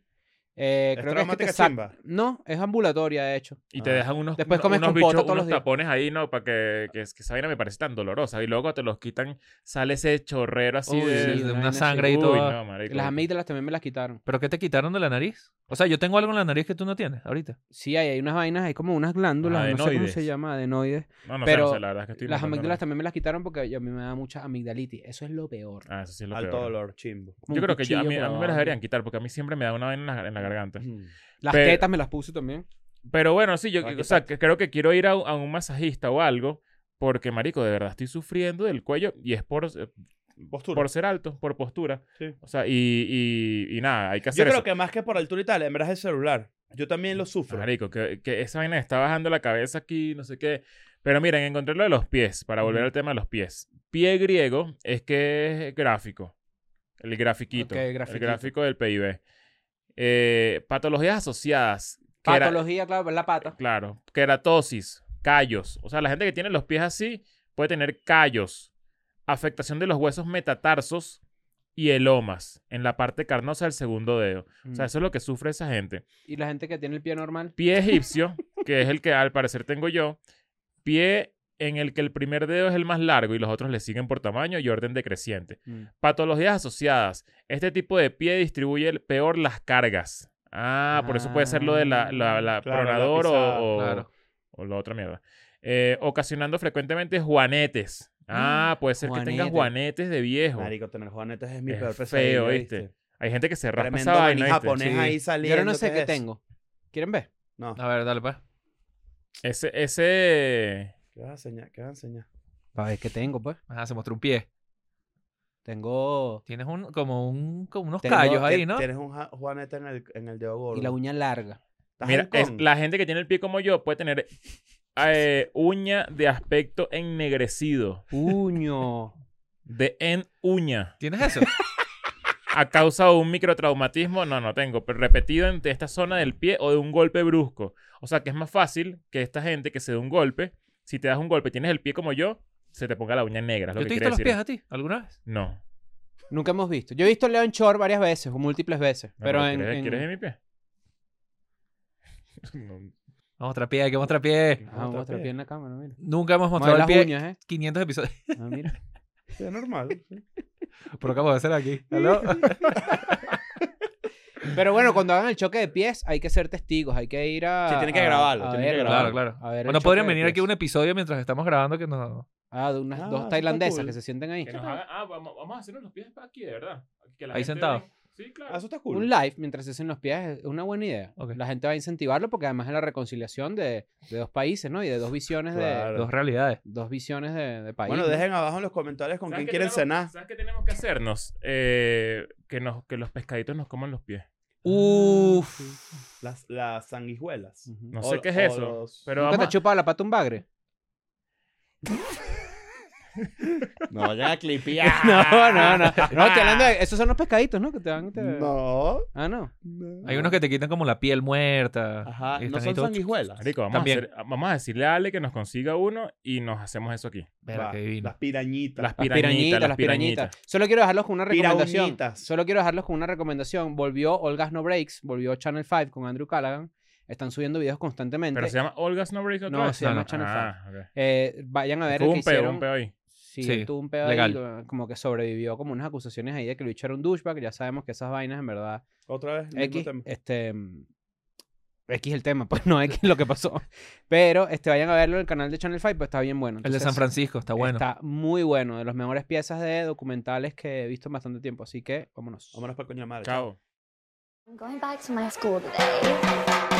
B: Eh,
C: ¿Es
B: creo que es que te
C: traumática
B: sac-
C: chimba?
B: No, es ambulatoria, de hecho.
D: Y te
C: Ah.
D: dejan unos,
B: Después comes
D: unos
B: compota
D: bichos,
B: todos los
D: unos
B: días.
D: tapones ahí, ¿no? Para que, que, es- que esa vaina me parece tan dolorosa. Y luego te los quitan, sale ese chorrero así
A: Uy,
D: de...
A: sí,
B: de
A: de
B: una
A: una
B: vaina así.
A: sangre y
D: Uy,
A: todo.
D: no, marico.
B: Las amígdalas también me las quitaron.
A: ¿Pero qué te quitaron de la nariz? O sea, yo tengo algo en la nariz que tú no tienes ahorita.
B: Sí, hay, hay unas vainas, hay como unas glándulas, no sé cómo
D: Adenoides.
B: se llama, adenoides.
D: No, no sé,
B: pero
D: no sé, la verdad es que estoy
B: las
D: inventando
B: amígdalas
D: nada.
B: también me las quitaron porque yo- a mí me da mucha amigdalitis. Eso es lo peor.
D: Ah, eso sí es lo
C: Alto
D: peor.
C: dolor, chimbo.
B: Como
D: Yo
B: un
D: creo que yo- a,
B: cuchillo
D: mí,
B: por
D: a mí me las
B: abajo.
D: deberían quitar porque a mí siempre me da una vaina en la, en la garganta.
B: Las
D: Pero-
B: tetas me las puse también.
D: Pero bueno, sí, yo
C: Para
D: o sea,
C: quitarte.
D: que creo que quiero ir a, a un masajista o algo porque, marico, de verdad estoy sufriendo del cuello y es por, eh,
C: Postura.
D: por ser alto, por postura.
C: Sí.
D: O sea, y, y- y nada, hay que
C: Yo
D: hacer
C: creo
D: eso.
C: que más que por altura y tal, en verdad es el celular. Yo también lo sufro.
D: Marico, que, que esa vaina está bajando la cabeza aquí, no sé qué. Pero miren, encontré lo de los pies, para volver al tema de los pies. Pie griego es que es gráfico. El grafiquito.
B: Ok,
D: El
B: grafiquito.
D: gráfico del PIB. Eh, patologías asociadas. quera-
B: Patología, claro, es la pata.
D: claro. Queratosis, callos. O sea, la gente que tiene los pies así puede tener callos. Afectación de los huesos metatarsos y elomas en la parte carnosa del segundo dedo. O
C: Mm.
D: sea, eso es lo que sufre esa gente
B: Y la gente que tiene el pie normal.
D: pie egipcio, que es el que al parecer tengo yo, pie en el que el primer dedo es el más largo y los otros le siguen por tamaño y orden decreciente. Patologías asociadas. Este tipo de pie distribuye el- peor las cargas. Ah, por eso puede ser lo de la, la, la
C: Ah, claro, la
D: pronador o-
C: pisada,
D: o,
A: claro.
D: o la otra mierda. Eh, ocasionando frecuentemente juanetes. Ah, puede ser que tengas
B: Juanete.
D: juanetes de viejo.
C: Marico, tener juanetes es mi
D: Oh. Es
C: peor
D: feo,
C: pesadilla.
D: ¿viste? Hay gente que se raspa
C: Tremendo
D: esa
C: maní
D: vaina. ¿viste?
C: japonés
A: Sí.
C: ahí
B: Yo
C: saliendo.
B: ahora no sé qué
C: es?
B: tengo. ¿Quieren ver?
C: No.
A: A ver, dale, pues.
D: Ese, ese...
C: ¿Qué vas a enseñar? ¿Qué vas a enseñar?
B: Para ver qué tengo, pues.
A: Ajá, se mostró un pie.
B: Tengo.
A: Tienes un, como, un, como unos
C: Tengo-
A: callos ahí,
C: te-
A: ¿no?
C: Tienes un ja- juanete en el, en el dedo gordo.
B: Y la uña larga.
C: ¿Estás
D: Mira, es-
C: halcón?
D: la gente que tiene el pie como yo puede tener eh, uña de aspecto ennegrecido,
B: Uño.
D: de en uña,
A: ¿Tienes eso?
D: a causa de un microtraumatismo, no, no tengo, pero repetido en esta zona del pie o de un golpe brusco. O sea que es más fácil que esta gente que se dé un golpe, si te das un golpe, tienes el pie como yo, se te ponga la uña negra. es lo
A: ¿Yo
D: que
A: te he visto
D: quiere
A: los
D: decir.
A: pies a ti alguna vez?
D: No.
B: Nunca hemos visto. Yo he visto a Leon Shore varias veces, o múltiples veces.
D: No,
B: pero en.
D: ¿quieres,
B: en-
D: ¿Quieres ver mi pie? No.
A: Vamos otra pie, que mostrar pie.
B: Ah,
C: Otra
B: otra
C: pie.
B: pie en la cámara, mira.
A: Nunca hemos
B: Vamos a
A: mostrado
B: ver
A: el
B: las
A: pie.
B: uñas, ¿eh?
A: 500 episodios.
B: Ah, mira.
C: Sí, es normal. sí.
A: Pero acabo de hacer aquí. ¿Aló?
B: Pero bueno, cuando hagan el choque de pies, hay que ser testigos, hay que ir a.
C: Sí, tienen que
B: a-
C: grabarlo,
B: a
C: tienen que
B: verlo.
A: claro, claro.
B: A ver el
A: Bueno,
B: choque
A: podrían
B: de
A: venir aquí a
B: pies.
A: un episodio mientras estamos grabando que no.
B: Ah, de unas
C: Ah, eso
B: dos
C: está
B: tailandesas
C: cool.
B: que se sienten ahí.
D: Que nos hagan- ah, vamos, vamos a hacernos los pies aquí, de verdad. Que la
A: Ahí
D: gente
A: sentado.
D: ve- Sí,
C: Ah,
D: claro.
C: Eso está cool.
B: Un live mientras se hacen los pies es una buena idea.
A: Ok.
B: La gente va a incentivarlo porque además es la reconciliación de, de dos países, ¿no? Y de dos visiones de
C: Claro.
A: Dos realidades.
B: dos visiones de, de país.
C: Bueno,
B: ¿no?
C: dejen abajo en los comentarios con
D: ¿Sabes
C: quién
D: qué
C: quieren
D: tenemos-
C: cenar.
D: ¿Sabes qué tenemos que hacernos? Eh, que, nos, que los pescaditos nos coman los pies.
C: Ah,
B: Uf.
C: Las, las sanguijuelas.
B: Ujú.
D: Mm. No
C: O-
D: sé qué es
C: o
D: eso.
C: los-
D: Pero
B: ¿Nunca te
D: vamos
B: has chupado la pata un bagre?
C: No vayan a clipear.
B: No, no, no. No, estoy hablando de... Esos son los pescaditos, ¿no? Que te dan... te-
C: No.
B: Ah, no.
C: no.
A: Hay unos que te quitan como la piel muerta.
C: Ajá,
A: Y están
C: no
A: ahí
C: son
A: todos-
C: sanguijuelas.
D: Marico, vamos,
A: También.
D: A hacer- vamos a decirle a Ale que nos consiga uno y nos hacemos eso aquí.
A: Verga,
C: Va,
A: qué divino.
C: Las pirañitas.
D: Las
B: Las
D: pirañitas, las pirañitas.
B: Solo quiero dejarlos con una recomendación.
C: Pirañitas.
B: Solo quiero dejarlos con una recomendación. Volvió Olgas No Breaks, volvió Channel 5 con Andrew Callaghan. Están subiendo videos constantemente.
D: Pero se llama Olga Snowbreak otra
B: No,
D: vez?
B: se llama Channel
D: Ah, ok.
B: Eh, vayan a ver
D: Fue
B: el
D: un
B: que
D: peo,
B: hicieron.
D: un peo ahí.
B: Sí,
A: Sí,
B: él tuvo un pedo ahí,
A: legal.
B: lo- como que sobrevivió como unas acusaciones ahí de que Luis era un douchebag. Ya sabemos que esas vainas en verdad.
C: Otra vez. el mismo
B: X,
C: tema.
B: este. mm, X el tema, pues no X lo que pasó. Pero este, vayan a verlo en el canal de Channel 5, pues está bien bueno.
A: El de
B: Entonces,
A: San Francisco está bueno.
B: Está muy bueno, de las mejores piezas de documentales que he visto en bastante tiempo. Así que vámonos.
C: Vámonos para coño madre.
D: Chao.
E: I'm going back to my school today.